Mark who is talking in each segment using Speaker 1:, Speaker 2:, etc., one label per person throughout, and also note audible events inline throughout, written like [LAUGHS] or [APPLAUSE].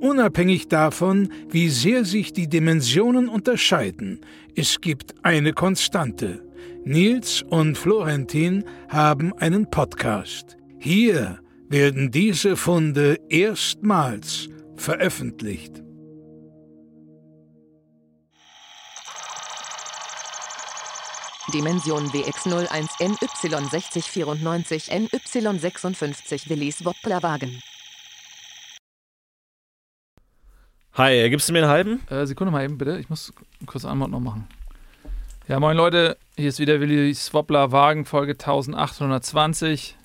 Speaker 1: Unabhängig davon, wie sehr sich die Dimensionen unterscheiden, es gibt eine Konstante. Nils und Florentin haben einen Podcast. Hier werden diese Funde erstmals veröffentlicht.
Speaker 2: Dimension WX01NY6094NY56 Willis Wopplerwagen.
Speaker 3: Hi, gibst du mir einen halben?
Speaker 4: Äh, Sekunde mal eben bitte, ich muss kurz Antwort noch machen. Ja, moin Leute, hier ist wieder Willi Swobbler Wagen, Folge 1820.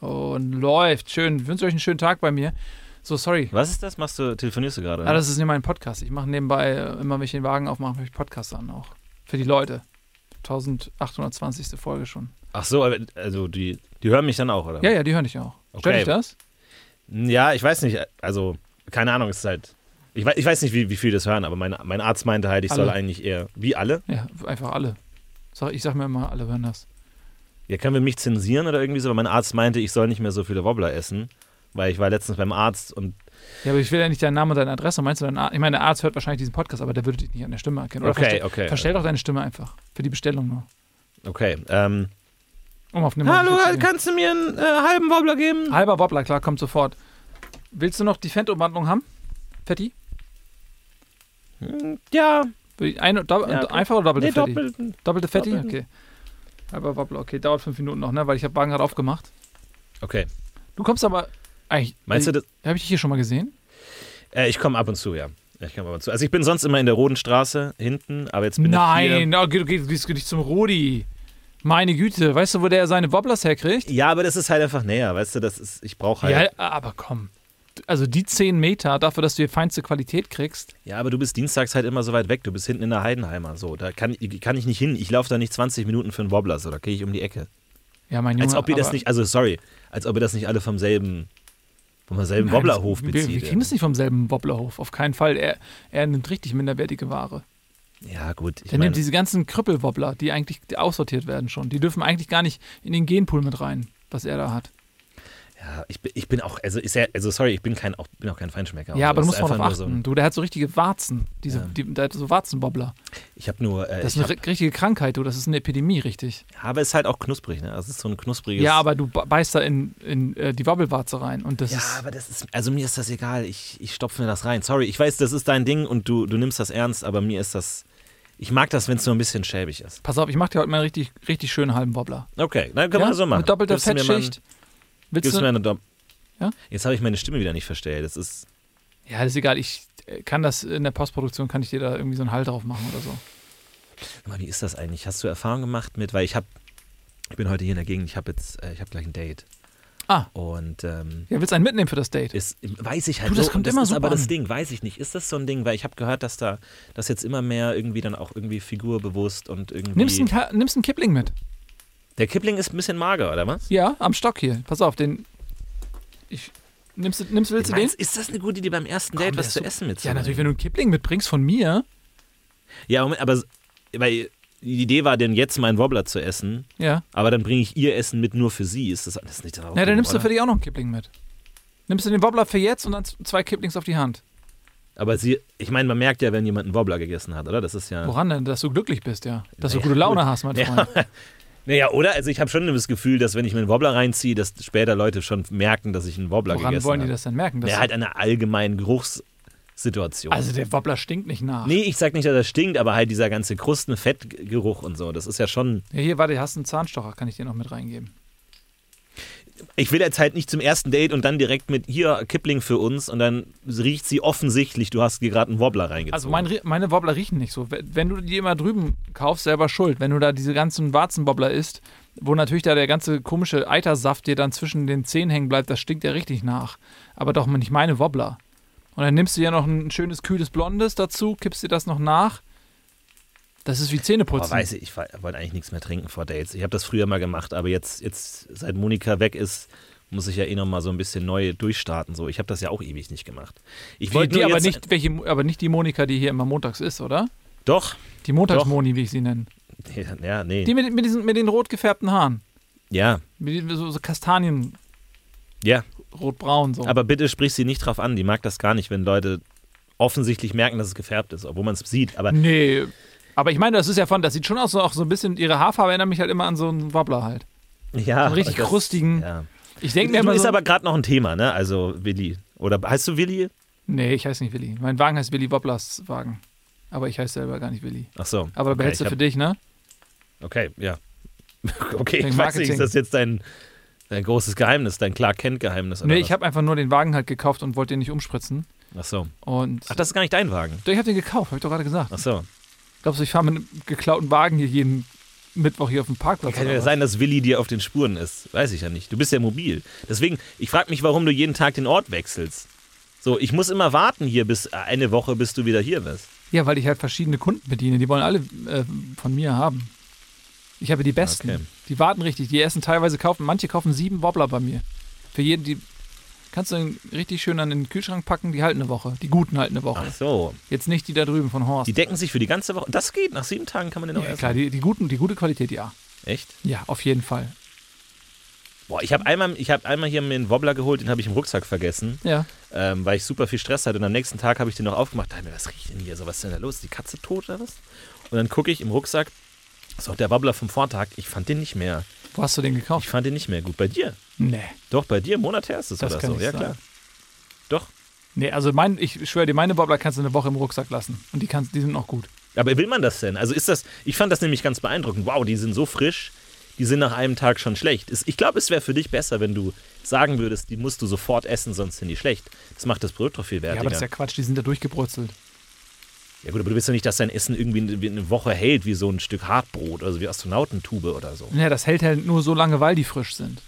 Speaker 4: Und läuft, schön. Ich wünsche euch einen schönen Tag bei mir. So, sorry.
Speaker 3: Was ist das? Machst du, telefonierst du gerade?
Speaker 4: Ah, das ist nicht mein Podcast. Ich mache nebenbei, äh, immer wenn ich den Wagen aufmache, mache ich Podcasts an auch. Für die Leute. 1820. Folge schon.
Speaker 3: Ach so, aber- also die, die hören mich dann auch, oder?
Speaker 4: Ja, ja, die hören ich auch.
Speaker 3: Okay.
Speaker 4: Stört dich das?
Speaker 3: Ja, ich weiß nicht, also keine Ahnung, es ist halt. Ich weiß, ich weiß nicht, wie, wie viel das hören, aber mein, mein Arzt meinte halt, ich soll
Speaker 4: Alle.
Speaker 3: eigentlich eher. Wie alle?
Speaker 4: Ja, einfach alle. Sag, ich sag mir immer, alle hören das.
Speaker 3: Ja, können wir mich zensieren oder irgendwie so? Aber mein Arzt meinte, ich soll nicht mehr so viele Wobbler essen, weil ich war letztens beim Arzt und.
Speaker 4: Ja, aber ich will ja nicht deinen Namen und deine Adresse. Meinst du, dein Arzt? Ich meine, der Arzt hört wahrscheinlich diesen Podcast, aber der würde dich nicht an der Stimme erkennen. Oder
Speaker 3: Okay,
Speaker 4: verstell,
Speaker 3: okay.
Speaker 4: Verstell doch deine Stimme einfach. Für die Bestellung nur.
Speaker 3: Okay, ähm.
Speaker 4: Um auf den
Speaker 3: Hallo,
Speaker 4: Monitor zu gehen.
Speaker 3: kannst du mir einen äh, halben Wobbler geben?
Speaker 4: Halber Wobbler, klar, kommt sofort. Willst du noch die Fendt-Umwandlung haben? Fetti?
Speaker 3: Ja,
Speaker 4: Will ich Ein, doppel,
Speaker 3: Ja, okay.
Speaker 4: Einfach oder doppelte
Speaker 3: nee,
Speaker 4: Fetti?
Speaker 3: doppelt.
Speaker 4: Doppelte Fetti?
Speaker 3: doppelten.
Speaker 4: Okay. Halber Wobbler, okay. Dauert fünf Minuten noch, ne? Weil ich habe Wagen gerade aufgemacht.
Speaker 3: Okay,
Speaker 4: Du kommst aber eigentlich.
Speaker 3: meinst du, das,
Speaker 4: Habe ich dich hier schon mal gesehen?
Speaker 3: Äh, ich komme ab und zu, ja. Ich komme ab und zu. Also ich bin sonst immer in der Rodenstraße hinten, aber jetzt bin ich
Speaker 4: Nein,
Speaker 3: hier.
Speaker 4: oh, du gehst gehst du nicht zum Rudi. Meine Güte, weißt du, wo der seine Wobblers herkriegt?
Speaker 3: Ja, aber das ist halt einfach näher, weißt du, das ist, ich brauche
Speaker 4: Ja,
Speaker 3: halt.
Speaker 4: aber komm. Also die 10 Meter dafür, dass du hier feinste Qualität kriegst.
Speaker 3: Ja. aber du bist dienstags halt immer so weit weg, du bist hinten in der Heidenheimer, so, da kann, kann ich nicht hin, ich laufe da nicht 20 Minuten für einen Wobbler, so, da gehe ich um die Ecke.
Speaker 4: Ja, mein Junge.
Speaker 3: Als ob ihr das
Speaker 4: aber-
Speaker 3: nicht, also sorry, als ob ihr das nicht alle vom selben, vom selben
Speaker 4: Nein,
Speaker 3: Wobblerhof
Speaker 4: das- wir,
Speaker 3: bezieht.
Speaker 4: Wir kriegen das nicht vom selben Wobblerhof, auf keinen Fall. Er, er nimmt richtig minderwertige Ware.
Speaker 3: ja, gut, ich
Speaker 4: Er nimmt
Speaker 3: meine,
Speaker 4: diese ganzen Krüppelwobbler, die eigentlich aussortiert werden schon. Die dürfen eigentlich gar nicht in den Genpool mit rein, was er da hat.
Speaker 3: ja, ich, bin- ich bin auch, also, ist ja, also sorry, ich bin, kein, auch, bin auch kein Feinschmecker.
Speaker 4: ja,
Speaker 3: Oh,
Speaker 4: aber du
Speaker 3: das
Speaker 4: musst
Speaker 3: ist
Speaker 4: mal drauf
Speaker 3: einfach
Speaker 4: achten.
Speaker 3: nur So,
Speaker 4: du, der hat so richtige Warzen. Diese,
Speaker 3: Ja.
Speaker 4: die, der hat so Warzenwobbler.
Speaker 3: ich habe nur, äh,
Speaker 4: Das
Speaker 3: ich
Speaker 4: ist eine
Speaker 3: hab,
Speaker 4: ri- richtige Krankheit, du. Das ist eine Epidemie, richtig.
Speaker 3: aber es ist halt auch knusprig, ne, also es ist so ein knuspriges.
Speaker 4: Ja, aber du ba- beißt da in, in äh, die Wobbelwarze rein. Und das
Speaker 3: Ja,
Speaker 4: ist.
Speaker 3: aber das ist, also mir ist das egal. Ich, ich stopfe mir das rein. Sorry, ich weiß, das ist dein Ding und du, du nimmst das ernst, aber mir ist das, ich mag das, wenn es nur ein bisschen schäbig ist.
Speaker 4: Pass auf, ich mache dir heute mal einen richtig, richtig schönen halben Wobbler.
Speaker 3: Okay, dann können
Speaker 4: ja?
Speaker 3: wir das so machen.
Speaker 4: Mit doppelter
Speaker 3: Gibst du mir mal einen-
Speaker 4: Fettschicht. Willst
Speaker 3: Gibst
Speaker 4: du,
Speaker 3: du mir eine Dopp
Speaker 4: Ja?
Speaker 3: Jetzt habe ich meine Stimme wieder nicht verstellt. Das ist,
Speaker 4: Ja, das ist egal. Ich äh, kann das in der Postproduktion, kann ich dir da irgendwie so einen Hall drauf machen oder so.
Speaker 3: Sag mal, wie ist das eigentlich? Hast du Erfahrung gemacht mit, weil ich habe, ich bin heute hier in der Gegend, ich habe jetzt, äh, ich habe gleich ein Date.
Speaker 4: Ah.
Speaker 3: Und, ähm,
Speaker 4: Ja, willst du einen mitnehmen für das Date?
Speaker 3: ist, weiß ich halt
Speaker 4: Du, das
Speaker 3: so,
Speaker 4: kommt
Speaker 3: das
Speaker 4: immer
Speaker 3: ist
Speaker 4: super
Speaker 3: aber
Speaker 4: an.
Speaker 3: das Ding, weiß ich nicht. Ist das so ein Ding? Weil ich habe gehört, dass da, dass jetzt immer mehr irgendwie dann auch irgendwie figurbewusst und irgendwie.
Speaker 4: Nimmst einen, Ka- nimmst einen Kipling mit.
Speaker 3: Der Kipling ist ein bisschen mager, oder was?
Speaker 4: Ja, am Stock hier. Pass auf, den. Ich, nimmst, du- nimmst, willst du den?
Speaker 3: Meinst, ist das eine gute Idee, beim ersten
Speaker 4: Komm,
Speaker 3: Date
Speaker 4: der
Speaker 3: was
Speaker 4: ist
Speaker 3: zu
Speaker 4: so-
Speaker 3: essen
Speaker 4: Ja,
Speaker 3: mitzunehmen?
Speaker 4: natürlich, wenn du einen Kipling mitbringst von mir.
Speaker 3: Ja, Moment, aber s- weil die Idee war denn jetzt meinen Wobbler zu essen,
Speaker 4: Ja.
Speaker 3: aber dann bringe ich ihr Essen mit nur für sie. Ist das, das ist nicht auch
Speaker 4: Na, dann
Speaker 3: dumm,
Speaker 4: nimmst du
Speaker 3: oder?
Speaker 4: für dich auch noch einen Kipling mit. Nimmst du den Wobbler für jetzt und dann z- zwei Kiplings auf die Hand.
Speaker 3: Aber sie, ich meine, man merkt ja, wenn jemand einen Wobbler gegessen hat, oder? Das ist ja.
Speaker 4: Woran denn? Dass du glücklich bist, ja. Dass
Speaker 3: Naja,
Speaker 4: du gute Laune
Speaker 3: gut.
Speaker 4: hast, mein
Speaker 3: Ja. [LAUGHS]
Speaker 4: Freund.
Speaker 3: Naja, oder? Also ich habe schon das Gefühl, dass wenn ich mir einen Wobbler reinziehe, dass später Leute schon merken, dass ich einen Wobbler
Speaker 4: Woran
Speaker 3: gegessen
Speaker 4: wollen die
Speaker 3: habe.
Speaker 4: das denn merken? Dass
Speaker 3: Naja, halt eine allgemeine Geruchssituation.
Speaker 4: also der Wobbler stinkt nicht nach.
Speaker 3: nee, ich sag nicht, dass das stinkt, aber halt dieser ganze Krustenfettgeruch und so, das ist ja schon.
Speaker 4: Ja, hier, warte, hast du einen Zahnstocher, kann ich dir noch mit reingeben.
Speaker 3: ich will jetzt halt nicht zum ersten Date und dann direkt mit hier Kipling für uns und dann riecht sie offensichtlich, du hast dir gerade einen Wobbler reingezogen.
Speaker 4: Also mein, Rie- meine Wobbler riechen nicht so. Wenn wenn du die immer drüben kaufst, selber schuld. Wenn du da diese ganzen Warzenwobbler isst, wo natürlich da der ganze komische Eitersaft dir dann zwischen den Zähnen hängen bleibt, das stinkt ja richtig nach. Aber doch nicht meine Wobbler. Und dann nimmst du ja noch ein schönes, kühles Blondes dazu, kippst dir das noch nach. Das ist wie
Speaker 3: Aber
Speaker 4: Zähneputzen.
Speaker 3: weiß ich, ich wa- wollte eigentlich nichts mehr trinken vor Dates. Ich habe das früher mal gemacht, aber jetzt, jetzt, seit Monika weg ist, muss ich ja eh nochmal so ein bisschen neu durchstarten. So, ich habe das ja auch ewig nicht gemacht. Ich
Speaker 4: Wie,
Speaker 3: wollte
Speaker 4: die,
Speaker 3: nur
Speaker 4: aber,
Speaker 3: jetzt,
Speaker 4: nicht, welche, aber nicht die Monika, die hier immer montags ist, oder?
Speaker 3: Doch. [LAUGHS]
Speaker 4: Die Montagsmoni, wie ich sie nenne.
Speaker 3: Ja, nee.
Speaker 4: Die mit, mit, diesen, mit den rot gefärbten Haaren.
Speaker 3: ja,
Speaker 4: Mit den- so, so Kastanien,
Speaker 3: ja.
Speaker 4: rotbraun so.
Speaker 3: Aber bitte sprich sie nicht drauf an. Die mag das gar nicht, wenn Leute offensichtlich merken, dass es gefärbt ist, obwohl man es sieht. Aber
Speaker 4: nee. Aber ich meine, das ist ja von, das sieht schon aus, so, auch so ein bisschen, ihre Haarfarbe erinnert mich halt immer an so einen Wobbler halt.
Speaker 3: ja,
Speaker 4: einen richtig
Speaker 3: das-
Speaker 4: krustigen-
Speaker 3: Ja.
Speaker 4: Ich denke mir
Speaker 3: Du
Speaker 4: immer
Speaker 3: ist
Speaker 4: so,
Speaker 3: aber gerade noch ein Thema, ne? Also Willi. Oder heißt du Willi?
Speaker 4: Nee, ich heiße nicht Willi. Mein Wagen heißt Willi Wobblers Wagen. Aber ich heiße selber gar nicht Willi.
Speaker 3: Ach so.
Speaker 4: Aber
Speaker 3: okay,
Speaker 4: behältst du
Speaker 3: ich
Speaker 4: für dich, ne?
Speaker 3: hab- Okay, ja. [LAUGHS] Okay,
Speaker 4: Wegen
Speaker 3: ich weiß nicht,
Speaker 4: Marketing.
Speaker 3: ist das jetzt dein, dein großes Geheimnis, dein Clark Kent Geheimnis?
Speaker 4: Nee, ich habe einfach nur den Wagen halt gekauft und wollte den nicht umspritzen.
Speaker 3: Ach so.
Speaker 4: Und
Speaker 3: Ach, das ist gar nicht dein Wagen.
Speaker 4: Doch, ich habe den gekauft, habe ich doch gerade gesagt.
Speaker 3: Ach so.
Speaker 4: Glaubst du, ich fahre mit einem geklauten Wagen hier jeden Mittwoch hier auf dem Parkplatz?
Speaker 3: Kann
Speaker 4: oder
Speaker 3: ja
Speaker 4: was?
Speaker 3: sein, dass Willi dir auf den Spuren ist. Weiß ich ja nicht. Du bist ja mobil. Deswegen, ich frage mich, warum du jeden Tag den Ort wechselst. So, ich muss immer warten hier bis äh, eine Woche, bis du wieder hier bist.
Speaker 4: Ja, weil ich halt verschiedene Kunden bediene. Die wollen alle äh, von mir haben. Ich habe die besten.
Speaker 3: Okay.
Speaker 4: Die warten richtig. Die essen teilweise kaufen. Manche kaufen sieben Wobbler bei mir. Für jeden, die kannst du den richtig schön an den Kühlschrank packen. Die halten eine Woche. Die guten halten eine Woche.
Speaker 3: Ach so.
Speaker 4: Jetzt nicht die da drüben von Horst.
Speaker 3: Die decken sich für die ganze Woche. Das geht. Nach sieben Tagen kann man den auch
Speaker 4: ja,
Speaker 3: essen.
Speaker 4: klar, die, die, guten, die gute Qualität, ja.
Speaker 3: Echt?
Speaker 4: Ja, auf jeden Fall.
Speaker 3: Boah, ich habe einmal, ich hab einmal hier mir einen Wobbler geholt, den habe ich im Rucksack vergessen.
Speaker 4: Ja.
Speaker 3: ähm, weil ich super viel Stress hatte. Und am nächsten Tag habe ich den noch aufgemacht. Dachte mir, was riecht denn hier? So, was ist denn da los? Ist Die Katze tot oder was? Und dann gucke ich im Rucksack. So, der Wobbler vom Vortag. Ich fand den nicht mehr.
Speaker 4: Wo hast du den
Speaker 3: Ich
Speaker 4: gekauft?
Speaker 3: fand den nicht mehr gut. Bei dir?
Speaker 4: Nee.
Speaker 3: Doch, bei dir. Einen Monat her ist es
Speaker 4: Das
Speaker 3: oder
Speaker 4: kann
Speaker 3: so.
Speaker 4: nicht
Speaker 3: ja,
Speaker 4: sein.
Speaker 3: klar. Doch.
Speaker 4: Nee, also mein, ich schwöre dir, meine Wobbler kannst du eine Woche im Rucksack lassen. Und die, kannst, die sind auch gut.
Speaker 3: Aber will man das denn? Also ist das, ich fand das nämlich ganz beeindruckend. Wow, die sind so frisch, die sind nach einem Tag schon schlecht. Ist- Ich glaube, es wäre für dich besser, wenn du sagen würdest, die musst du sofort essen, sonst sind die schlecht. Das macht das Produkt doch viel
Speaker 4: Ja, aber
Speaker 3: wertiger.
Speaker 4: das ist ja Quatsch, die sind da durchgebrutzelt.
Speaker 3: Ja gut, aber du willst ja nicht, dass dein Essen irgendwie eine- wie eine Woche hält, wie so ein Stück Hartbrot, also wie Astronautentube oder so.
Speaker 4: Ja, das hält halt nur so lange, weil die frisch sind.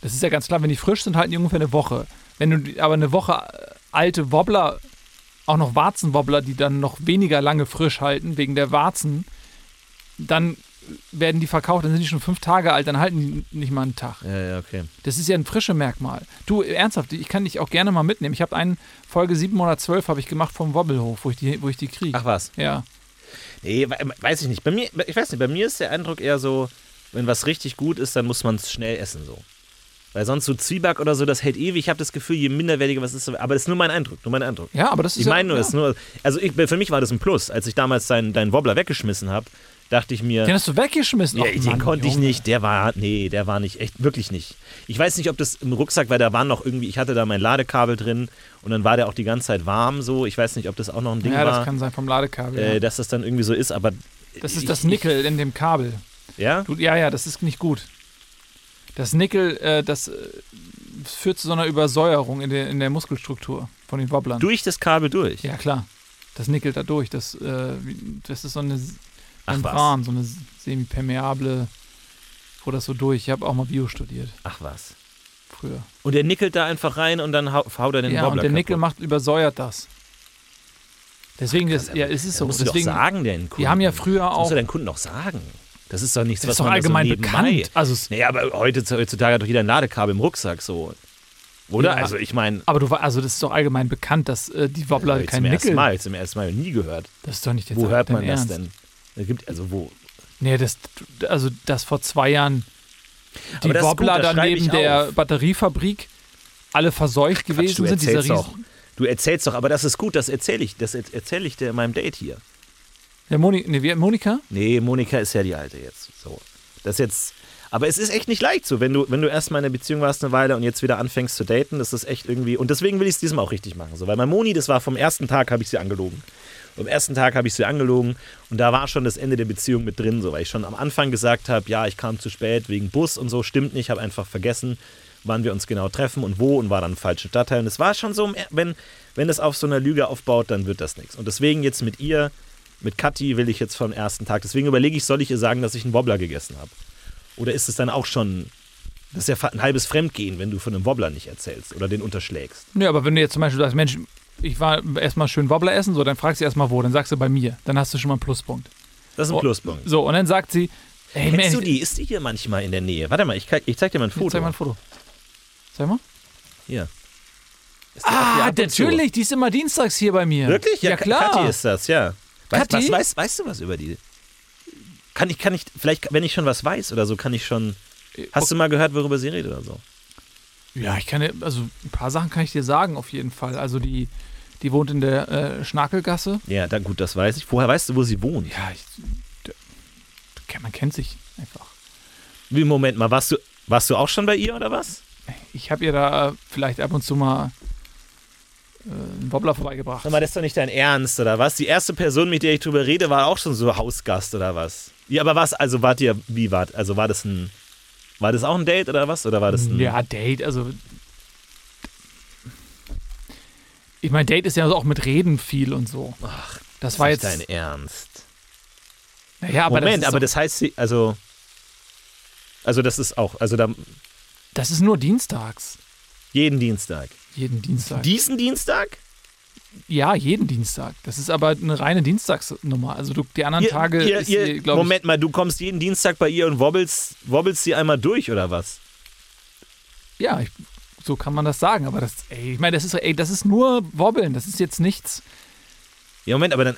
Speaker 4: Das ist ja ganz klar, wenn die frisch sind, halten die ungefähr eine Woche. Wenn du die- aber eine Woche äh, alte Wobbler, auch noch Warzenwobbler, die dann noch weniger lange frisch halten, wegen der Warzen, dann werden die verkauft, dann sind die schon fünf Tage alt, dann halten die nicht mal einen Tag.
Speaker 3: Ja, ja, okay.
Speaker 4: Das ist ja ein frisches Merkmal. Du, ernsthaft, ich kann dich auch gerne mal mitnehmen. Ich habe einen Folge 7 oder 12 habe ich gemacht vom Wobbelhof, wo ich die, wo ich die kriege.
Speaker 3: Ach was.
Speaker 4: Ja.
Speaker 3: Nee, we- weiß ich nicht. Bei mir, ich weiß nicht, bei mir ist der Eindruck eher so, wenn was richtig gut ist, dann muss man es schnell essen so. Weil sonst so Zwieback oder so, das hält ewig. Ich habe das Gefühl, je minderwertiger was ist, aber das ist nur mein Eindruck, nur mein Eindruck.
Speaker 4: Ja, aber das ist
Speaker 3: Ich
Speaker 4: ja,
Speaker 3: meine nur,
Speaker 4: ja.
Speaker 3: es ist nur, also ich, für mich war das ein Plus. Als ich damals deinen deinen Wobbler weggeschmissen habe, dachte ich mir,
Speaker 4: Den hast du weggeschmissen.
Speaker 3: Ja,
Speaker 4: Och,
Speaker 3: den
Speaker 4: Mann,
Speaker 3: konnte ich
Speaker 4: Junge.
Speaker 3: nicht. Der war, nee, der war nicht, echt, wirklich nicht. Ich weiß nicht, ob das im Rucksack, weil da waren noch irgendwie, ich hatte da mein Ladekabel drin und dann war der auch die ganze Zeit warm so. Ich weiß nicht, ob das auch noch ein Ding
Speaker 4: Ja, das
Speaker 3: war,
Speaker 4: kann sein vom Ladekabel.
Speaker 3: äh,
Speaker 4: ja.
Speaker 3: dass das dann irgendwie so ist, aber.
Speaker 4: Das
Speaker 3: ich-
Speaker 4: ist das Nickel in dem Kabel.
Speaker 3: Ich, ja?
Speaker 4: Du, ja, ja, das ist nicht gut. Das Nickel, äh, das äh, führt zu so einer Übersäuerung in der, in der Muskelstruktur von den Wobblern.
Speaker 3: Durch das Kabel durch.
Speaker 4: Ja, klar. Das Nickel da durch. Das, äh, wie- das ist so eine
Speaker 3: Ach was.
Speaker 4: Membran, so eine semipermeable, wo das so durch. Ich habe auch mal Bio studiert
Speaker 3: Ach was.
Speaker 4: früher.
Speaker 3: Und der nickelt da einfach rein und dann hau- haut er den
Speaker 4: ja,
Speaker 3: Wobbler
Speaker 4: und der Nickel
Speaker 3: kaputt.
Speaker 4: macht übersäuert das. Deswegen, das, ja, es ist
Speaker 3: Das
Speaker 4: so.
Speaker 3: musst du
Speaker 4: Deswegen,
Speaker 3: doch sagen, den Kunden.
Speaker 4: wir haben ja früher
Speaker 3: Das
Speaker 4: auch.
Speaker 3: musst du deinen Kunden auch sagen. Das ist doch nichts,
Speaker 4: Das
Speaker 3: was
Speaker 4: ist doch
Speaker 3: man da
Speaker 4: allgemein
Speaker 3: so nebenbei-
Speaker 4: bekannt. Also, es-
Speaker 3: Naja, aber heute, heutzutage hat doch jeder ein Ladekabel im Rucksack so. Oder?
Speaker 4: Ja.
Speaker 3: Also ich meine,
Speaker 4: aber du, war- also das ist doch allgemein bekannt, dass äh, die Wobbler
Speaker 3: Hab ich
Speaker 4: kein
Speaker 3: Also zum ersten
Speaker 4: Nickel.
Speaker 3: Mal, zum ersten Mal nie gehört.
Speaker 4: Das ist doch nicht jetzt
Speaker 3: wo hört
Speaker 4: dein
Speaker 3: man das
Speaker 4: Ernst.
Speaker 3: denn? Es gibt also wo.
Speaker 4: Nee, das, also das vor zwei Jahren die
Speaker 3: Aber das ist gut,
Speaker 4: Wobbler
Speaker 3: das
Speaker 4: dann
Speaker 3: schreibe
Speaker 4: neben
Speaker 3: ich
Speaker 4: der
Speaker 3: auf.
Speaker 4: Batteriefabrik alle verseucht
Speaker 3: Quatsch, du
Speaker 4: gewesen sind. Diese
Speaker 3: erzählst doch.
Speaker 4: riesen,
Speaker 3: Du erzählst doch, aber das ist gut, das erzähle ich, das erzähle ich dir in meinem Date hier.
Speaker 4: der Moni, nee, wie, Monika?
Speaker 3: Nee, Monika ist ja die alte jetzt. So. Das jetzt aber es ist echt nicht leicht so, wenn du, wenn du erstmal in einer Beziehung warst eine Weile und jetzt wieder anfängst zu daten, das ist echt irgendwie. Und deswegen will ich es diesmal auch richtig machen. So, weil mein Moni, das war vom ersten Tag, habe ich sie angelogen. Am ersten Tag habe ich sie angelogen und da war schon das Ende der Beziehung mit drin, so weil ich schon am Anfang gesagt habe, ja, ich kam zu spät wegen Bus und so, stimmt nicht, habe einfach vergessen, wann wir uns genau treffen und wo und war dann im falschen Stadtteil. Und es war schon so, wenn, wenn das auf so einer Lüge aufbaut, dann wird das nichts. Und deswegen jetzt mit ihr, mit Kathi will ich jetzt vom ersten Tag, deswegen überlege ich, soll ich ihr sagen, dass ich einen Wobbler gegessen habe? Oder ist es dann auch schon Das ist ja fa- ein halbes Fremdgehen, wenn du von einem Wobbler nicht erzählst oder den unterschlägst.
Speaker 4: Ja, aber wenn du jetzt zum Beispiel sagst, Mensch, ich war erstmal schön Wobbler essen, so, dann fragst du erstmal wo, dann sagst du bei mir. Dann hast du schon mal einen Pluspunkt.
Speaker 3: Das ist ein
Speaker 4: Oh,
Speaker 3: Pluspunkt.
Speaker 4: So, und dann sagt sie, ey, Mensch,
Speaker 3: Kennst du die? Ist die hier manchmal in der Nähe? Warte mal, ich, ka- ich zeig dir mal ein
Speaker 4: Hier,
Speaker 3: Foto.
Speaker 4: Zeig mal ein Foto. Zeig mal.
Speaker 3: Hier. Ist die auch hier
Speaker 4: Ah,
Speaker 3: ab und zu?
Speaker 4: natürlich, die ist immer dienstags hier bei mir.
Speaker 3: Wirklich?
Speaker 4: Ja, klar.
Speaker 3: Kathi ist das, ja. Weißt,
Speaker 4: Kathi?
Speaker 3: was, weißt, weißt du was über die? Kann ich, kann ich, vielleicht, wenn ich schon was weiß oder so, kann ich schon. Hast du mal gehört, worüber sie redet oder so?
Speaker 4: Ja, ich kann dir, also ein paar Sachen kann ich dir sagen, auf jeden Fall. Also die, die wohnt in der äh, Schnakelgasse.
Speaker 3: Ja, da, gut, das weiß ich. Woher weißt du, wo sie wohnt?
Speaker 4: Ja, ich, d- man kennt sich einfach.
Speaker 3: Wie, Moment mal, warst du, warst du auch schon bei ihr oder was?
Speaker 4: Ich habe ihr da äh, vielleicht ab und zu mal äh, einen Wobbler vorbeigebracht.
Speaker 3: Sag mal, das ist doch nicht dein Ernst oder was? Die erste Person, mit der ich drüber rede, war auch schon so Hausgast oder was? Ja, aber was? Also wart ihr, wie wart? Also war das ein, war das auch ein Date oder was? Oder war das ein?
Speaker 4: Ja, Date, also. Ich meine, Date ist ja auch mit Reden viel und so.
Speaker 3: Ach,
Speaker 4: Das
Speaker 3: das
Speaker 4: war
Speaker 3: war
Speaker 4: jetzt.
Speaker 3: nicht dein Ernst.
Speaker 4: ja, aber
Speaker 3: Moment,
Speaker 4: das ist
Speaker 3: aber
Speaker 4: doch-
Speaker 3: das heißt, sie, also, also das ist auch, also da
Speaker 4: das ist nur dienstags.
Speaker 3: jeden Dienstag.
Speaker 4: Jeden Dienstag.
Speaker 3: Diesen Dienstag?
Speaker 4: ja, jeden Dienstag. Das ist aber eine reine Dienstagsnummer. Also du, die anderen
Speaker 3: Ihr-
Speaker 4: Tage
Speaker 3: ihr,
Speaker 4: ist
Speaker 3: ihr,
Speaker 4: sie, glaube ich.
Speaker 3: Moment mal, du kommst jeden Dienstag bei ihr und wobbelst, wobbelst sie einmal durch oder was?
Speaker 4: Ja, ich, so kann man das sagen. Aber das, ey, ich meine, das ist, ey, das ist nur Wobbeln. Das ist jetzt nichts.
Speaker 3: Ja, Moment, aber dann,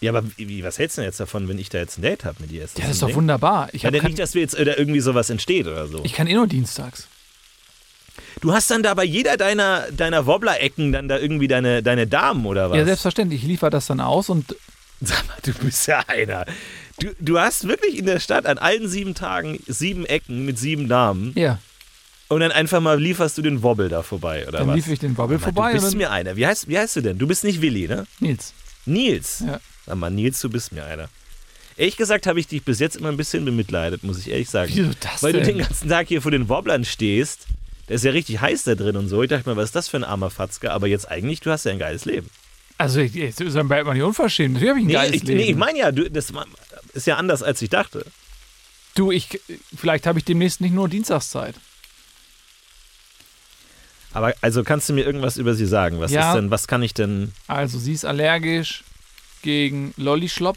Speaker 3: ja, aber wie, was hältst du denn jetzt davon, wenn ich da jetzt ein Date habe mit dir? Ist
Speaker 4: Ja, das ist
Speaker 3: ein
Speaker 4: doch
Speaker 3: Ding?
Speaker 4: wunderbar. Ich,
Speaker 3: Ja,
Speaker 4: hab
Speaker 3: denn
Speaker 4: kein,
Speaker 3: nicht, dass wir jetzt oder irgendwie sowas entsteht oder so.
Speaker 4: ich kann eh nur dienstags.
Speaker 3: du hast dann da bei jeder deiner, deiner Wobbler-Ecken dann da irgendwie deine, deine Damen oder was?
Speaker 4: Ja, selbstverständlich. Ich liefere das dann aus und
Speaker 3: [LAUGHS] Sag mal, du bist ja einer. Du, du hast wirklich in der Stadt an allen sieben Tagen sieben Ecken mit sieben Namen
Speaker 4: ja,
Speaker 3: und dann einfach mal lieferst du den Wobbel da vorbei oder
Speaker 4: dann
Speaker 3: was?
Speaker 4: liefere ich den Wobbel
Speaker 3: Sag mal,
Speaker 4: vorbei.
Speaker 3: Du
Speaker 4: Und
Speaker 3: bist
Speaker 4: dann,
Speaker 3: mir einer. Wie heißt, wie heißt du denn? Du bist nicht Willi, ne?
Speaker 4: Nils.
Speaker 3: Nils.
Speaker 4: Ja.
Speaker 3: Sag mal, Nils, du bist mir einer. Ehrlich gesagt habe ich dich bis jetzt immer ein bisschen bemitleidet, muss ich ehrlich sagen.
Speaker 4: Wieso das
Speaker 3: Weil du
Speaker 4: denn?
Speaker 3: den ganzen Tag hier vor den Wobblern stehst. Da ist ja richtig heiß da drin und so. Ich dachte mir, was ist das für ein armer Fatzke? Aber jetzt eigentlich, du hast ja ein geiles Leben.
Speaker 4: Also, ich, jetzt ist man bleibt man nicht unverschämt. Natürlich habe ich ein
Speaker 3: Nee,
Speaker 4: geiles
Speaker 3: ich,
Speaker 4: Leben.
Speaker 3: Nee, ich meine ja, du, das ma- ist ja anders, als ich dachte.
Speaker 4: du, ich, vielleicht habe ich demnächst nicht nur Dienstagszeit.
Speaker 3: Aber also kannst du mir irgendwas über sie sagen? Was
Speaker 4: Ja.
Speaker 3: ist denn, was kann ich denn?
Speaker 4: Also, sie ist allergisch gegen Lollischlopp.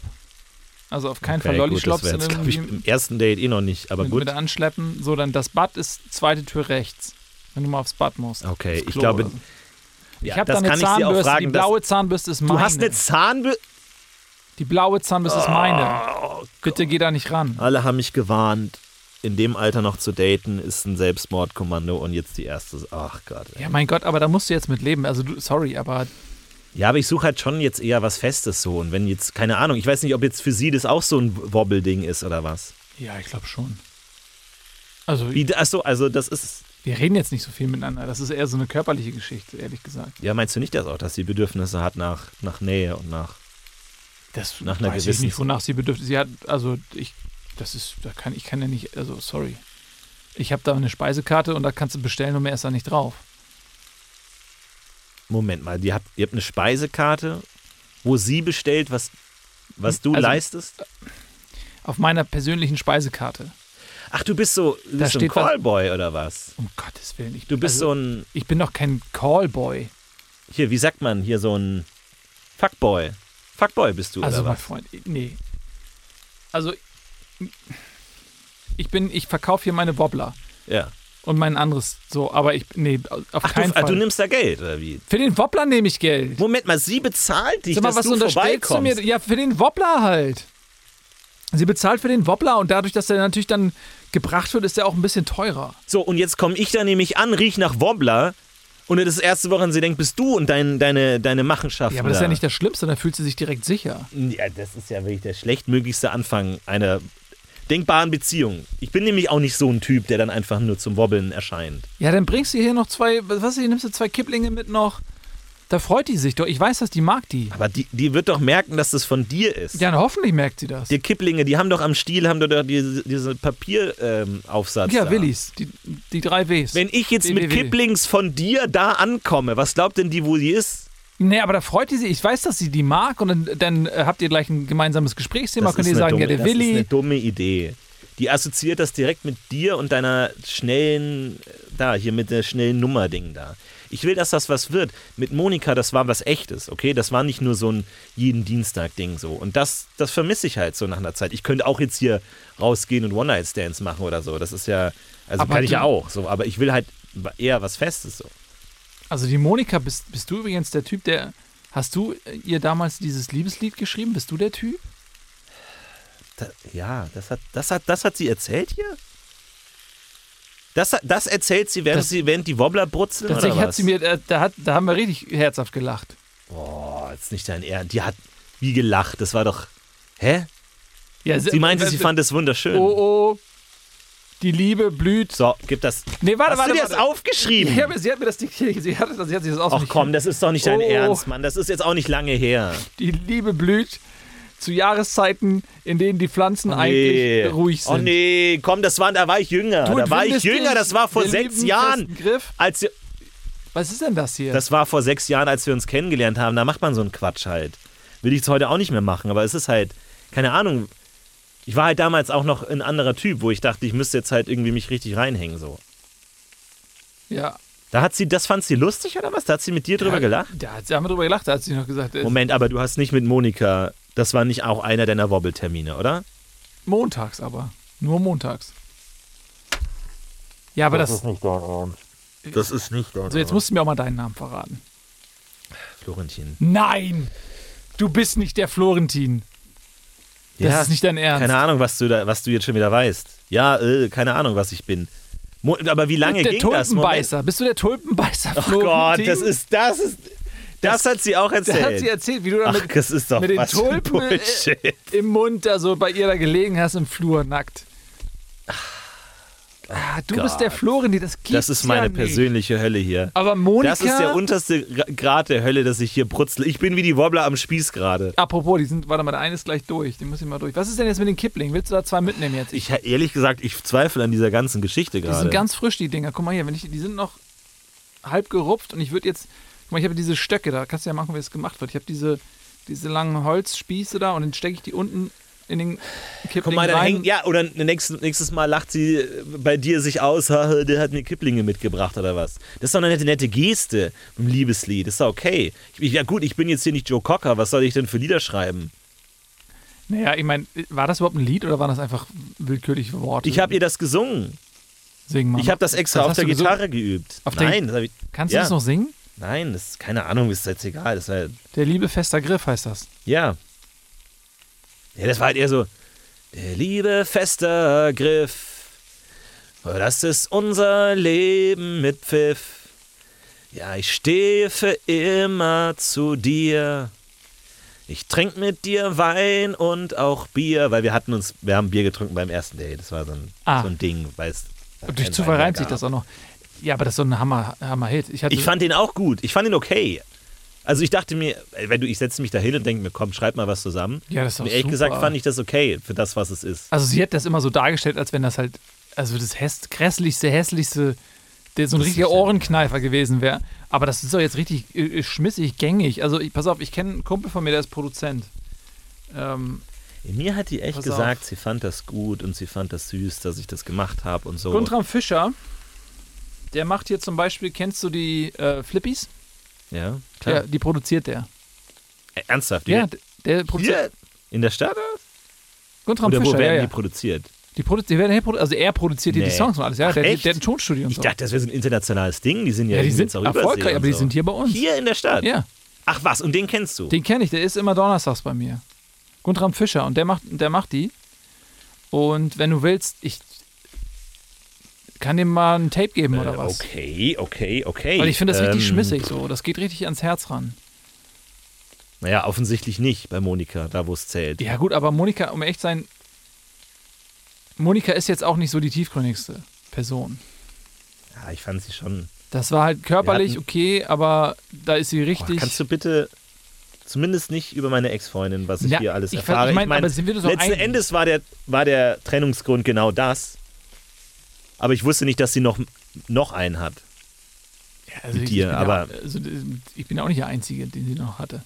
Speaker 4: Also, auf keinen Fall
Speaker 3: Okay, gut,
Speaker 4: Lollischlopps
Speaker 3: Das wäre jetzt,
Speaker 4: in-
Speaker 3: glaube ich, im ersten Date eh noch nicht, aber
Speaker 4: mit,
Speaker 3: gut.
Speaker 4: mit anschleppen. So, dann das Bad ist zweite Tür rechts, wenn du mal aufs Bad musst.
Speaker 3: Okay,
Speaker 4: Aufs
Speaker 3: ich
Speaker 4: Klo
Speaker 3: glaube,
Speaker 4: oder so.
Speaker 3: ja,
Speaker 4: ich habe da
Speaker 3: das
Speaker 4: eine
Speaker 3: kann ich dir auch
Speaker 4: Zahnbürste.
Speaker 3: fragen.
Speaker 4: die blaue Zahnbürste ist
Speaker 3: dass,
Speaker 4: meine.
Speaker 3: du hast eine Zahnbürste.
Speaker 4: die blaue Zahnbürste ist
Speaker 3: Oh,
Speaker 4: meine.
Speaker 3: ah.
Speaker 4: Bitte geh da nicht ran.
Speaker 3: Alle haben mich gewarnt. In dem Alter noch zu daten ist ein Selbstmordkommando und jetzt die erste. Ach Gott. ey.
Speaker 4: Ja, mein Gott, aber da musst du jetzt mit leben. Also, du, sorry, aber
Speaker 3: Ja, aber ich suche halt schon jetzt eher was Festes so. Und wenn jetzt, keine Ahnung, ich weiß nicht, ob jetzt für sie das auch so ein Wobbelding ist oder was.
Speaker 4: ja, ich glaube schon. Also,
Speaker 3: Wie, achso, also das ist.
Speaker 4: wir reden jetzt nicht so viel miteinander. Das ist eher so eine körperliche Geschichte, ehrlich gesagt.
Speaker 3: Ja, meinst du nicht das auch, dass sie Bedürfnisse hat nach, nach Nähe und nach.
Speaker 4: Das
Speaker 3: Nach einer
Speaker 4: weiß ich
Speaker 3: gewissen
Speaker 4: nicht, wonach sie bedürft. Sie hat, also ich, das ist, da kann ich kann ja nicht, also sorry. Ich habe da eine Speisekarte und da kannst du bestellen und mehr ist da nicht drauf.
Speaker 3: Moment mal, die habt, ihr habt eine Speisekarte, wo sie bestellt, was, was du
Speaker 4: Also-
Speaker 3: leistest?
Speaker 4: Auf meiner persönlichen Speisekarte.
Speaker 3: Ach, du bist so, du
Speaker 4: Da
Speaker 3: bist so ein
Speaker 4: steht was-
Speaker 3: Callboy oder was?
Speaker 4: Um Gottes Willen. Ich,
Speaker 3: Du bist
Speaker 4: also,
Speaker 3: so ein,
Speaker 4: Ich bin doch kein Callboy.
Speaker 3: hier, wie sagt man, hier so ein Fuckboy. Fuckboy bist du,
Speaker 4: Also,
Speaker 3: oder
Speaker 4: mein
Speaker 3: was?
Speaker 4: Freund, nee. Also, ich bin, ich verkaufe hier meine Wobbler
Speaker 3: Ja.
Speaker 4: und mein anderes so, aber ich, nee, auf
Speaker 3: Ach,
Speaker 4: keinen
Speaker 3: du, ah,
Speaker 4: Fall.
Speaker 3: du nimmst da Geld, oder wie?
Speaker 4: Für den Wobbler nehme ich Geld.
Speaker 3: Moment mal, sie bezahlt dich,
Speaker 4: Sag mal,
Speaker 3: dass
Speaker 4: was
Speaker 3: du
Speaker 4: unterstellst du
Speaker 3: vorbeikommst.
Speaker 4: mir? Ja, für den Wobbler halt. Sie bezahlt für den Wobbler und dadurch, dass der natürlich dann gebracht wird, ist der auch ein bisschen teurer.
Speaker 3: So, und jetzt komme ich da nämlich an, riech nach Wobbler und das erste Woche an sie denkt, bist du und dein, deine, deine Machenschaften
Speaker 4: Ja, aber das ist
Speaker 3: da.
Speaker 4: ja nicht das Schlimmste, dann fühlt sie sich direkt sicher.
Speaker 3: Ja, das ist ja wirklich der schlechtmöglichste Anfang einer denkbaren Beziehung. Ich bin nämlich auch nicht so ein Typ, der dann einfach nur zum Wobbeln erscheint.
Speaker 4: Ja, dann bringst du hier noch zwei, was weiß ich, nimmst du zwei Kipplinge mit noch. Da freut die sich doch. Ich weiß das, die mag die.
Speaker 3: Aber die, die wird doch merken, dass das von dir ist.
Speaker 4: Ja, na, hoffentlich merkt sie das.
Speaker 3: Die Kipplinge, die haben doch am Stiel, haben doch da diese, diese Papieraufsatz.
Speaker 4: ja,
Speaker 3: da.
Speaker 4: Willis, die, die drei Ws.
Speaker 3: Wenn ich jetzt mit
Speaker 4: WWW.
Speaker 3: Kipplings von dir da ankomme, was glaubt denn die, wo sie ist?
Speaker 4: nee, aber da freut die sich. Ich weiß, dass sie die mag und dann, dann äh, habt ihr gleich ein gemeinsames Gesprächsthema.
Speaker 3: Das
Speaker 4: Könnt
Speaker 3: ist
Speaker 4: ihr
Speaker 3: eine
Speaker 4: sagen,
Speaker 3: dumme,
Speaker 4: ja, der
Speaker 3: das ist eine
Speaker 4: Willi.
Speaker 3: dumme Idee. die assoziiert das direkt mit dir und deiner schnellen, da, hier mit der schnellen Nummer-Ding da. Ich will, dass das was wird. Mit Monika, das war was Echtes, okay? Das war nicht nur so ein jeden Dienstag-Ding so. Und das, das vermisse ich halt so nach einer Zeit. Ich könnte auch jetzt hier rausgehen und One-Night-Stands machen oder so. Das ist ja, also
Speaker 4: Aber
Speaker 3: kann ich
Speaker 4: du-
Speaker 3: ja auch so. Aber ich will halt eher was Festes so.
Speaker 4: Also die Monika, bist, bist du übrigens der Typ, der. Hast du äh, ihr damals dieses Liebeslied geschrieben? Bist du der Typ?
Speaker 3: Da, ja, das hat, das, hat, das hat sie erzählt hier? Das, hat- das erzählt sie während,
Speaker 4: Das-
Speaker 3: sie, während die Wobbler brutzeln oder was?
Speaker 4: Tatsächlich hat sie mir, äh, da, hat, da haben wir richtig herzhaft gelacht.
Speaker 3: Boah, jetzt nicht dein Ehren. Die hat wie gelacht. Das war doch. Hä?
Speaker 4: Ja,
Speaker 3: Sie meinte, sie
Speaker 4: äh,
Speaker 3: fand es wunderschön.
Speaker 4: Oh, oh, die Liebe blüht.
Speaker 3: So, gib das.
Speaker 4: Nee, warte,
Speaker 3: Hast
Speaker 4: warte,
Speaker 3: du dir
Speaker 4: warte.
Speaker 3: das aufgeschrieben?
Speaker 4: Ja, aber sie hat mir das Ding hier, sie hat, sie hat sich das
Speaker 3: Ach
Speaker 4: ausgeschrieben.
Speaker 3: komm, das ist doch nicht dein
Speaker 4: Oh.
Speaker 3: Ernst, Mann. Das ist jetzt auch nicht lange her.
Speaker 4: Die Liebe blüht zu Jahreszeiten, in denen die Pflanzen eigentlich ruhig sind.
Speaker 3: Oh nee, komm, das war, da war ich jünger.
Speaker 4: Du
Speaker 3: da war ich
Speaker 4: entwindest
Speaker 3: jünger,
Speaker 4: dich
Speaker 3: das war vor
Speaker 4: der
Speaker 3: sechs
Speaker 4: lieben
Speaker 3: Jahren.
Speaker 4: festen Griff.
Speaker 3: Als wir,
Speaker 4: Was ist denn das hier?
Speaker 3: das war vor sechs Jahren, als wir uns kennengelernt haben. Da macht man so einen Quatsch halt. Will ich jetzt heute auch nicht mehr machen, aber es ist halt, keine Ahnung. Ich war halt damals auch noch ein anderer Typ, wo ich dachte, ich müsste jetzt halt irgendwie mich richtig reinhängen. so.
Speaker 4: ja.
Speaker 3: Da hat sie, das fand sie lustig oder was? Da hat sie mit dir drüber gelacht?
Speaker 4: Da, hat- da haben wir drüber gelacht, da hat sie noch gesagt, äh,
Speaker 3: Moment, aber du hast nicht mit Monika, das war nicht auch einer deiner Wobbeltermine, oder?
Speaker 4: montags aber. Nur montags. Ja, aber das.
Speaker 3: nicht dein Ernst. Das ist nicht dein
Speaker 4: So, jetzt musst du mir auch mal deinen Namen verraten.
Speaker 3: Florentin.
Speaker 4: Nein! Du bist nicht der Florentin. Das ist nicht dein Ernst.
Speaker 3: Keine Ahnung, was du, da, was du jetzt schon wieder weißt. Ja, äh, keine Ahnung, was ich bin. Mo aber wie lange
Speaker 4: der
Speaker 3: ging das? Moment.
Speaker 4: Tulpenbeißer. Bist du der Tulpenbeißer?
Speaker 3: Oh Gott, das ist, das ist, das, hat sie auch
Speaker 4: Da
Speaker 3: erzählt.
Speaker 4: hat sie erzählt, wie du
Speaker 3: Ach,
Speaker 4: damit
Speaker 3: das ist doch
Speaker 4: mit den
Speaker 3: was für ein
Speaker 4: Tulpen, äh,
Speaker 3: Bullshit.
Speaker 4: im Mund da so bei ihr da gelegen hast im Flur nackt. Ah, du bist der
Speaker 3: Gott.
Speaker 4: Florin, die das gibt's
Speaker 3: Das ist meine
Speaker 4: ja nicht.
Speaker 3: persönliche Hölle hier.
Speaker 4: Aber Monika,
Speaker 3: Das ist der unterste Gra- Grad der Hölle, dass ich hier brutzle. Ich bin wie die Wobbler am Spieß gerade.
Speaker 4: apropos, die sind, warte mal, der eine ist gleich durch, den muss ich mal durch. Was ist denn jetzt mit den Kipling? Willst du da zwei mitnehmen jetzt?
Speaker 3: Ich ehrlich gesagt, ich zweifle an dieser ganzen Geschichte
Speaker 4: die
Speaker 3: gerade.
Speaker 4: sind ganz frisch, die Dinger. Guck mal hier, wenn ich, die sind noch halb gerupft und ich würde jetzt, guck mal, ich habe diese Stöcke da, kannst du ja machen, wie es gemacht wird. Ich habe diese, diese langen Holzspieße da und dann stecke ich die unten in den Kipling
Speaker 3: Guck mal, dann
Speaker 4: rein.
Speaker 3: hängt, ja, oder nächstes, nächstes Mal lacht sie äh, bei dir sich aus, [LAUGHS] "Haha, der hat mir Kiplinge mitgebracht oder was. Das ist doch eine nette, nette Geste im Liebeslied, das ist doch okay. Ich, ich- ja gut, ich bin jetzt hier nicht Joe Cocker, was soll ich denn für Lieder schreiben?
Speaker 4: Naja, ich meine, war das überhaupt ein Lied oder waren das einfach willkürliche Worte?
Speaker 3: Ich habe ihr das gesungen.
Speaker 4: Sing mal.
Speaker 3: Ich habe das extra
Speaker 4: Mhm. Was
Speaker 3: auf
Speaker 4: hast
Speaker 3: der
Speaker 4: du gesungen?
Speaker 3: Gitarre geübt.
Speaker 4: Auf den-
Speaker 3: Nein, das hab ich,
Speaker 4: Kannst
Speaker 3: ja.
Speaker 4: du das noch singen?
Speaker 3: Nein, das ist keine Ahnung, ist jetzt egal. Das ist halt,
Speaker 4: Der liebe fester Griff heißt das.
Speaker 3: ja. Ja, das war halt eher so, der liebe fester Griff, Oh, das ist unser Leben mit Pfiff. Ja, ich stehe für immer zu dir. Ich trinke mit dir Wein und auch Bier, weil wir hatten uns, wir haben Bier getrunken beim ersten Date. Das war so ein,
Speaker 4: Ah.
Speaker 3: so ein Ding, weißt da
Speaker 4: Und durch
Speaker 3: kein
Speaker 4: Zufall
Speaker 3: Wein
Speaker 4: reimt sich
Speaker 3: gab.
Speaker 4: das auch noch. Ja, aber das ist so ein Hammer, Hammer-Hit. Ich, hatte-
Speaker 3: Ich fand den auch gut. Ich fand ihn okay. Also ich dachte mir, ey, wenn du, ich setze mich da hin und denke mir, komm, schreib mal was zusammen.
Speaker 4: Ja, das ist doch
Speaker 3: Ehrlich
Speaker 4: super.
Speaker 3: gesagt fand ich das okay für das, was es ist.
Speaker 4: Also sie hat das immer so dargestellt, als wenn das halt, also das häss grässlichste, hässlichste, der so ein
Speaker 3: Das
Speaker 4: richtiger
Speaker 3: ist ja-
Speaker 4: Ohrenkneifer gewesen wäre. Aber das ist doch jetzt richtig äh, schmissig, gängig. Also ich, pass auf, ich kenne einen Kumpel von mir, der ist Produzent. Ähm,
Speaker 3: Mir hat die echt
Speaker 4: Pass
Speaker 3: gesagt, sie fand das gut und sie fand das süß, dass ich das gemacht habe und so.
Speaker 4: Guntram Fischer, der macht hier zum Beispiel, kennst du die äh, Flippies?
Speaker 3: ja,
Speaker 4: Ja,
Speaker 3: klar.
Speaker 4: die produziert der.
Speaker 3: Ä- Ernsthaft?
Speaker 4: Ja,
Speaker 3: die-
Speaker 4: d- der produziert.
Speaker 3: hier in der Stadt?
Speaker 4: Guntram
Speaker 3: Oder wo
Speaker 4: Fischer,
Speaker 3: werden
Speaker 4: ja, ja.
Speaker 3: die produziert?
Speaker 4: Die, produ die werden hier produ also er produziert hier
Speaker 3: Nee.
Speaker 4: die Songs und alles, ja.
Speaker 3: Ach,
Speaker 4: der,
Speaker 3: echt?
Speaker 4: der hat ein Tonstudio und
Speaker 3: Ich
Speaker 4: so.
Speaker 3: dachte, das wäre so ein internationales Ding. Die sind ja,
Speaker 4: ja, die
Speaker 3: irgendwie
Speaker 4: sind
Speaker 3: jetzt auch übersee
Speaker 4: erfolgreich,
Speaker 3: und
Speaker 4: aber die
Speaker 3: so.
Speaker 4: sind hier bei uns.
Speaker 3: Hier in der Stadt?
Speaker 4: Ja,
Speaker 3: Ach was, und den kennst du?
Speaker 4: den kenne ich, der ist immer donnerstags bei mir. Guntram Fischer und der macht, der macht die. Und wenn du willst, ich kann dir mal ein Tape geben oder
Speaker 3: Äh,
Speaker 4: was.
Speaker 3: Okay, okay, okay.
Speaker 4: Weil ich finde das richtig
Speaker 3: Ähm,
Speaker 4: schmissig so. Das geht richtig ans Herz ran.
Speaker 3: Naja, offensichtlich nicht bei Monika, da wo es zählt.
Speaker 4: Ja, gut, aber Monika, um echt zu sein, Monika ist jetzt auch nicht so die tiefgründigste Person.
Speaker 3: Ja, ich fand sie schon.
Speaker 4: Das war halt körperlich
Speaker 3: Wir
Speaker 4: okay, aber da ist sie
Speaker 3: Boah,
Speaker 4: richtig.
Speaker 3: kannst du bitte zumindest nicht über meine Ex-Freundin, was ich
Speaker 4: Ja,
Speaker 3: hier alles
Speaker 4: ich ver-
Speaker 3: erfahre.
Speaker 4: ich mein, aber sind wir uns doch
Speaker 3: letzten
Speaker 4: einig?
Speaker 3: Endes war der, war der Trennungsgrund genau das. Aber ich wusste nicht, dass sie noch, noch einen hat.
Speaker 4: Ja, also
Speaker 3: mit
Speaker 4: ich-
Speaker 3: dir,
Speaker 4: ich bin
Speaker 3: aber-
Speaker 4: Ja, also, ich bin auch nicht der Einzige, den sie noch hatte.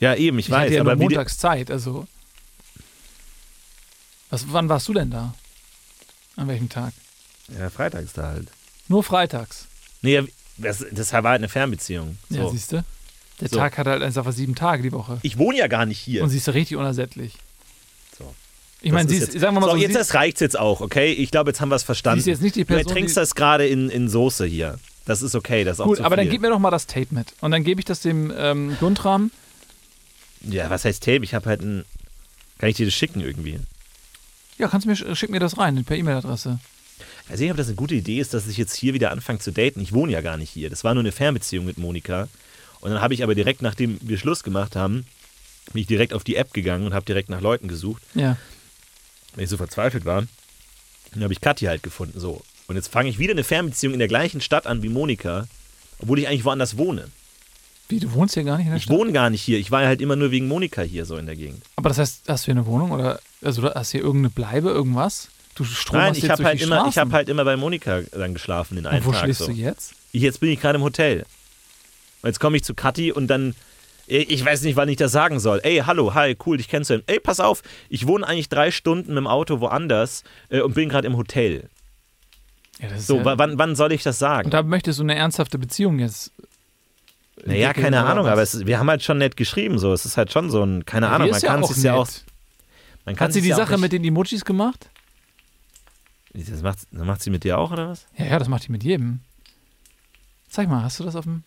Speaker 3: Ja, eben, ich,
Speaker 4: Ich
Speaker 3: weiß.
Speaker 4: hatte ja
Speaker 3: aber
Speaker 4: nur
Speaker 3: wie die-
Speaker 4: montags Zeit, also. Was, wann warst du denn da? An welchem Tag?
Speaker 3: Ja, freitags da halt.
Speaker 4: Nur freitags.
Speaker 3: Nee, ja, das, das war halt eine Fernbeziehung. So.
Speaker 4: Ja, siehst du? Der
Speaker 3: So.
Speaker 4: Tag hat halt einfach sieben Tage die Woche.
Speaker 3: ich wohne ja gar nicht hier.
Speaker 4: Und sie ist richtig unersättlich.
Speaker 3: So.
Speaker 4: Ich meine,
Speaker 3: Das
Speaker 4: sie
Speaker 3: ist
Speaker 4: ist,
Speaker 3: jetzt-
Speaker 4: sagen wir mal
Speaker 3: so,
Speaker 4: so,
Speaker 3: jetzt
Speaker 4: sie,
Speaker 3: das reicht's jetzt auch, okay? Ich glaube, jetzt haben wir es verstanden.
Speaker 4: Sie ist jetzt nicht die
Speaker 3: du
Speaker 4: Person,
Speaker 3: ertrinkst
Speaker 4: die-
Speaker 3: das gerade in, in Soße hier. Das ist okay, das ist auch
Speaker 4: gut,
Speaker 3: zu
Speaker 4: aber
Speaker 3: viel.
Speaker 4: dann gib mir doch mal das Tape mit. Und dann gebe ich das dem ähm, Guntram.
Speaker 3: Ja, was heißt Tape? Ich habe halt ein... Kann ich dir das schicken irgendwie?
Speaker 4: Ja, kannst du mir, sch- schick mir das rein, per E-Mail-Adresse.
Speaker 3: Ich weiß nicht, ob das eine gute Idee ist, dass ich jetzt hier wieder anfange zu daten. Ich wohne ja gar nicht hier. Das war nur eine Fernbeziehung mit Monika. Und dann habe ich aber direkt, nachdem wir Schluss gemacht haben, bin ich direkt auf die App gegangen und habe direkt nach Leuten gesucht.
Speaker 4: Ja.
Speaker 3: wenn ich so verzweifelt war, dann habe ich Kathi halt gefunden. So. Und jetzt fange ich wieder eine Fernbeziehung in der gleichen Stadt an wie Monika, obwohl ich eigentlich woanders wohne.
Speaker 4: Wie, du wohnst hier gar nicht in der
Speaker 3: Ich
Speaker 4: Stadt?
Speaker 3: wohne gar nicht hier. Ich war halt immer nur wegen Monika hier so in der Gegend.
Speaker 4: Aber das heißt, hast du hier eine Wohnung oder also du hast hier irgendeine Bleibe, irgendwas? Du
Speaker 3: Nein,
Speaker 4: stromerst
Speaker 3: ich
Speaker 4: jetzt
Speaker 3: habe
Speaker 4: durch
Speaker 3: halt,
Speaker 4: die
Speaker 3: immer- ich
Speaker 4: Straßen.
Speaker 3: hab halt immer bei Monika dann geschlafen in einem
Speaker 4: Und wo
Speaker 3: Tag.
Speaker 4: schläfst
Speaker 3: so.
Speaker 4: du jetzt?
Speaker 3: Ich- Jetzt bin ich gerade im Hotel. Und Jetzt komme ich zu Kathi und dann. Ich ich weiß nicht, wann ich das sagen soll. Ey, hallo, hi, cool, dich kennenzulernen. Ey, pass auf, ich wohne eigentlich drei Stunden mit dem Auto woanders äh, und bin gerade im Hotel.
Speaker 4: Ja, das ist
Speaker 3: So,
Speaker 4: ja-
Speaker 3: wa- wann, wann soll ich das sagen?
Speaker 4: und da möchtest du eine ernsthafte Beziehung jetzt.
Speaker 3: Naja,
Speaker 4: entwickeln
Speaker 3: keine
Speaker 4: oder
Speaker 3: Ahnung,
Speaker 4: was?
Speaker 3: aber es, ist- wir haben halt schon nett geschrieben, so. Es ist halt schon so ein, keine
Speaker 4: Die
Speaker 3: Ahnung, man
Speaker 4: ist ja
Speaker 3: kann
Speaker 4: auch
Speaker 3: es ja auch.
Speaker 4: nett.
Speaker 3: Man kann
Speaker 4: Hat sie
Speaker 3: es
Speaker 4: die
Speaker 3: ja
Speaker 4: Sache
Speaker 3: auch
Speaker 4: mit
Speaker 3: nicht,
Speaker 4: den Emojis gemacht?
Speaker 3: mit. Das macht, das macht sie mit dir auch, oder was?
Speaker 4: Ja, ja, das macht die mit jedem. Zeig mal, hast du das auf dem.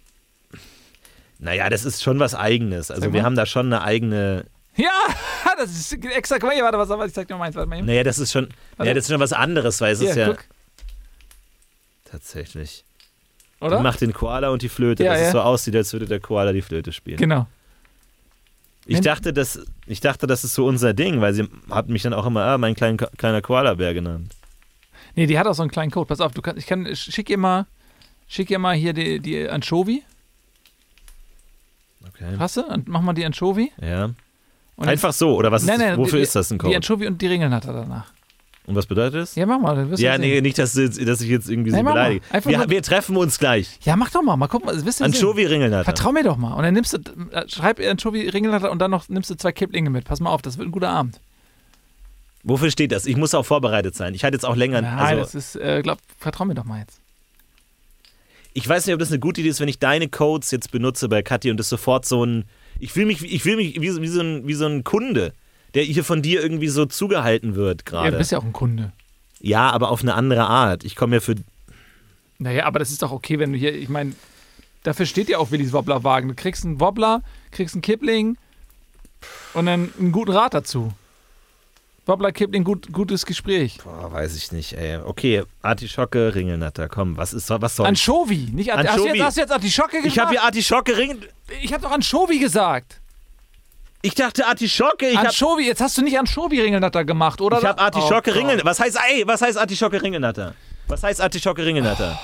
Speaker 3: Naja, das ist schon was Eigenes. Also,
Speaker 4: Sag
Speaker 3: wir
Speaker 4: mal.
Speaker 3: haben da schon eine eigene.
Speaker 4: Ja, [LAUGHS] das ist extra. Guck mal hier, warte, was, was ich zeig dir mal eins, warte mal eben.
Speaker 3: Naja, das ist schon. Naja, das ist schon was anderes, weil es
Speaker 4: Hier,
Speaker 3: ist ja.
Speaker 4: guck,
Speaker 3: Tatsächlich. Die
Speaker 4: oder?
Speaker 3: macht den Koala und die Flöte,
Speaker 4: Ja,
Speaker 3: dass es
Speaker 4: ja.
Speaker 3: so aussieht, als würde der Koala die Flöte spielen.
Speaker 4: Genau.
Speaker 3: Ich
Speaker 4: Wenn-
Speaker 3: dachte, das, ich dachte, das ist so unser Ding, weil sie hat mich dann auch immer, ah, mein klein, kleiner Koala-Bär genannt.
Speaker 4: Nee, die hat auch so einen kleinen Code. Pass auf, du kannst, ich kann, schick ihr mal, schick ihr mal hier die, die Anchovy.
Speaker 3: Okay.
Speaker 4: Hast du? Und mach mal die Anchovy.
Speaker 3: Ja.
Speaker 4: Und
Speaker 3: Einfach so, oder was
Speaker 4: Nein,
Speaker 3: ist,
Speaker 4: nein,
Speaker 3: wofür
Speaker 4: die-
Speaker 3: ist das ein
Speaker 4: Die
Speaker 3: Code?
Speaker 4: Anchovy und die Ringelnatter danach.
Speaker 3: Und was bedeutet es?
Speaker 4: Ja, mach mal, dann wirst du
Speaker 3: Ja,
Speaker 4: sehen.
Speaker 3: nee, nicht, dass, du jetzt- dass ich jetzt irgendwie
Speaker 4: Nein,
Speaker 3: sie
Speaker 4: mach mal.
Speaker 3: beleidige.
Speaker 4: Einfach
Speaker 3: Wir,
Speaker 4: nur-
Speaker 3: wir treffen uns gleich.
Speaker 4: Ja, mach doch mal, mal guck mal, das wirst du sehen.
Speaker 3: Anchovy Ringelnatter.
Speaker 4: Vertrau mir doch mal. Und dann nimmst du, äh, schreib ihr Anchovy Ringelnatter und dann noch nimmst du zwei Kipplinge mit. Pass mal auf, das wird ein guter Abend.
Speaker 3: Wofür steht das? Ich muss auch vorbereitet sein. Ich hatte jetzt auch länger.
Speaker 4: Nein, das
Speaker 3: also,
Speaker 4: ist, äh, glaub, vertrau mir doch mal jetzt.
Speaker 3: ich weiß nicht, ob das eine gute Idee ist, wenn ich deine Codes jetzt benutze bei Kathi und das sofort so ein. Ich fühle mich, ich fühle mich wie, so- wie, so ein, wie so ein Kunde, der hier von dir irgendwie so zugehalten wird
Speaker 4: Ja, du
Speaker 3: gerade.
Speaker 4: bist ja auch ein Kunde.
Speaker 3: ja, aber auf eine andere Art. Ich komme ja für.
Speaker 4: Naja, aber das ist doch okay, wenn du hier, ich meine, dafür steht ja auch Willis Wobblerwagen. Du kriegst einen Wobbler, kriegst einen Kipling und dann einen guten Rat dazu. Wobbler, Kipling, gut, gutes Gespräch.
Speaker 3: Boah, weiß ich nicht, ey. Okay, Artischocke, Ringelnatter, komm, was ist was soll
Speaker 4: Anchovy, nicht Anchovy. Hast du
Speaker 3: Anchovy.
Speaker 4: jetzt, hast du jetzt
Speaker 3: Ich
Speaker 4: Artischocke
Speaker 3: habe
Speaker 4: gesagt?
Speaker 3: hier Artischocke, Ringel.
Speaker 4: ich hab doch Anchovy gesagt.
Speaker 3: Ich dachte Artischocke, ich habe
Speaker 4: Anchovy, jetzt hast du nicht Anchovy Ringelnatter gemacht, oder?
Speaker 3: Ich habe Artischocke
Speaker 4: Oh
Speaker 3: Ringelnatter. Was heißt, ey, was heißt Artischocke Ringelnatter? Was heißt Artischocke Ringelnatter?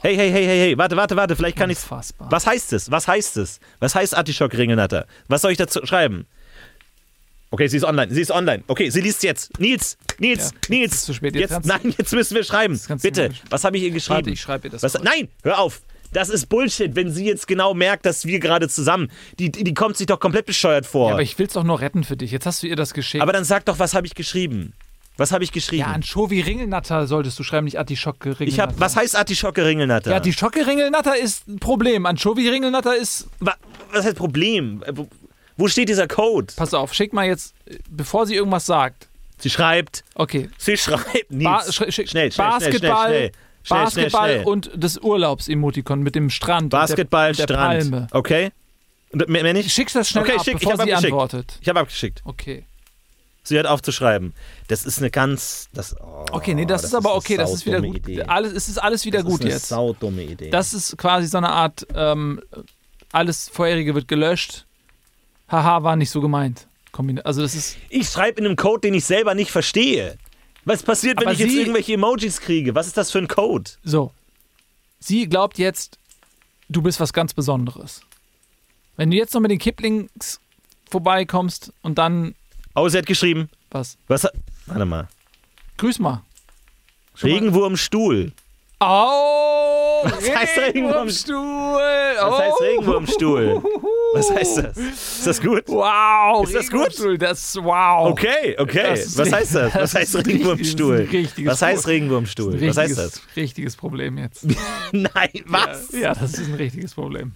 Speaker 3: Hey, hey, hey, hey, hey, warte, warte, warte, vielleicht kann ich.
Speaker 4: Unfassbar.
Speaker 3: Was heißt es? Was heißt es? Was heißt Artischocke Ringelnatter? Was soll ich dazu schreiben? Okay, sie ist online, sie ist online. Okay, sie liest jetzt. Nils, Nils,
Speaker 4: Ja,
Speaker 3: Nils.
Speaker 4: jetzt ist es zu spät, jetzt
Speaker 3: Jetzt,
Speaker 4: kannst du-
Speaker 3: nein, jetzt müssen wir schreiben.
Speaker 4: kannst du
Speaker 3: Bitte,
Speaker 4: nicht.
Speaker 3: was habe ich ihr geschrieben?
Speaker 4: Warte, ich schreibe ihr das
Speaker 3: Was,
Speaker 4: kurz.
Speaker 3: nein, hör auf. Das ist Bullshit, wenn sie jetzt genau merkt, dass wir gerade zusammen. Die, die, die kommt sich doch komplett bescheuert vor.
Speaker 4: Ja, aber ich will's doch nur retten für dich. Jetzt hast du ihr das geschickt.
Speaker 3: Aber dann sag doch, was habe ich geschrieben? Was habe ich geschrieben?
Speaker 4: ja, Anchovy Ringelnatter solltest du schreiben, nicht Artischocke Ringelnatter.
Speaker 3: ich hab, was heißt Artischocke Ringelnatter?
Speaker 4: Ja, Artischocke Ringelnatter ist ein Problem. Anchovy Ringelnatter ist.
Speaker 3: Wa- was heißt Problem? Äh, Wo, wo steht dieser Code?
Speaker 4: Pass auf, schick mal jetzt, äh, bevor sie irgendwas sagt.
Speaker 3: Sie schreibt,
Speaker 4: Okay.
Speaker 3: sie schreibt. Nils.
Speaker 4: Ba- sch- sch-
Speaker 3: schnell, schnell,
Speaker 4: Basketball,
Speaker 3: schnell, schnell, schnell,
Speaker 4: Basketball
Speaker 3: schnell, schnell.
Speaker 4: und das Urlaubs-Emotikon mit dem Strand.
Speaker 3: Basketball,
Speaker 4: und der,
Speaker 3: Strand.
Speaker 4: Der Palme.
Speaker 3: Okay. Und mehr, mehr nicht?
Speaker 4: Schickst das schnell
Speaker 3: Okay,
Speaker 4: ab,
Speaker 3: schick, ich
Speaker 4: bevor
Speaker 3: hab
Speaker 4: sie
Speaker 3: abgeschickt.
Speaker 4: antwortet.
Speaker 3: Ich habe abgeschickt.
Speaker 4: Okay.
Speaker 3: Sie hört auf zu schreiben. Das ist eine ganz. Das, oh,
Speaker 4: Okay, nee, das, ist aber
Speaker 3: eine
Speaker 4: okay, das ist wieder
Speaker 3: saudumme
Speaker 4: gut.
Speaker 3: Idee.
Speaker 4: Alles, es ist alles wieder
Speaker 3: das
Speaker 4: gut
Speaker 3: ist eine
Speaker 4: jetzt.
Speaker 3: saudumme Idee.
Speaker 4: Das ist quasi so eine Art, ähm, alles Vorherige wird gelöscht. Haha, war nicht so gemeint. Kombina also das ist,
Speaker 3: ich schreibe in einem Code, den ich selber nicht verstehe. Was passiert, wenn
Speaker 4: Aber
Speaker 3: ich jetzt
Speaker 4: sie-
Speaker 3: irgendwelche Emojis kriege? Was ist das für ein Code?
Speaker 4: so. Sie glaubt jetzt, du bist was ganz Besonderes. Wenn du jetzt noch mit den Kiplings vorbeikommst und dann,
Speaker 3: Oh, sie hat geschrieben.
Speaker 4: was,
Speaker 3: Was hat. Warte mal.
Speaker 4: grüß mal. Schon mal-
Speaker 3: Regenwurmstuhl.
Speaker 4: Au!
Speaker 3: Was heißt Regenwurmstuhl?
Speaker 4: Regenwurmstuhl?
Speaker 3: Was heißt
Speaker 4: Oh!
Speaker 3: Regenwurmstuhl? Was heißt das? Ist das gut?
Speaker 4: Wow,
Speaker 3: Ist das gut?
Speaker 4: Regenwurmstuhl, Das, wow.
Speaker 3: Okay, okay.
Speaker 4: Das ist-
Speaker 3: Was heißt das?
Speaker 4: das
Speaker 3: Was heißt
Speaker 4: ist ein
Speaker 3: Regenwurmstuhl?
Speaker 4: richtig- das ist ein richtiges
Speaker 3: Was heißt
Speaker 4: Problem.
Speaker 3: Regenwurmstuhl? Was heißt das?
Speaker 4: Richtiges- Richtiges Problem
Speaker 3: [LAUGHS]
Speaker 4: jetzt. Äh,
Speaker 3: Nein, was?
Speaker 4: Ja, das ist ein richtiges Problem.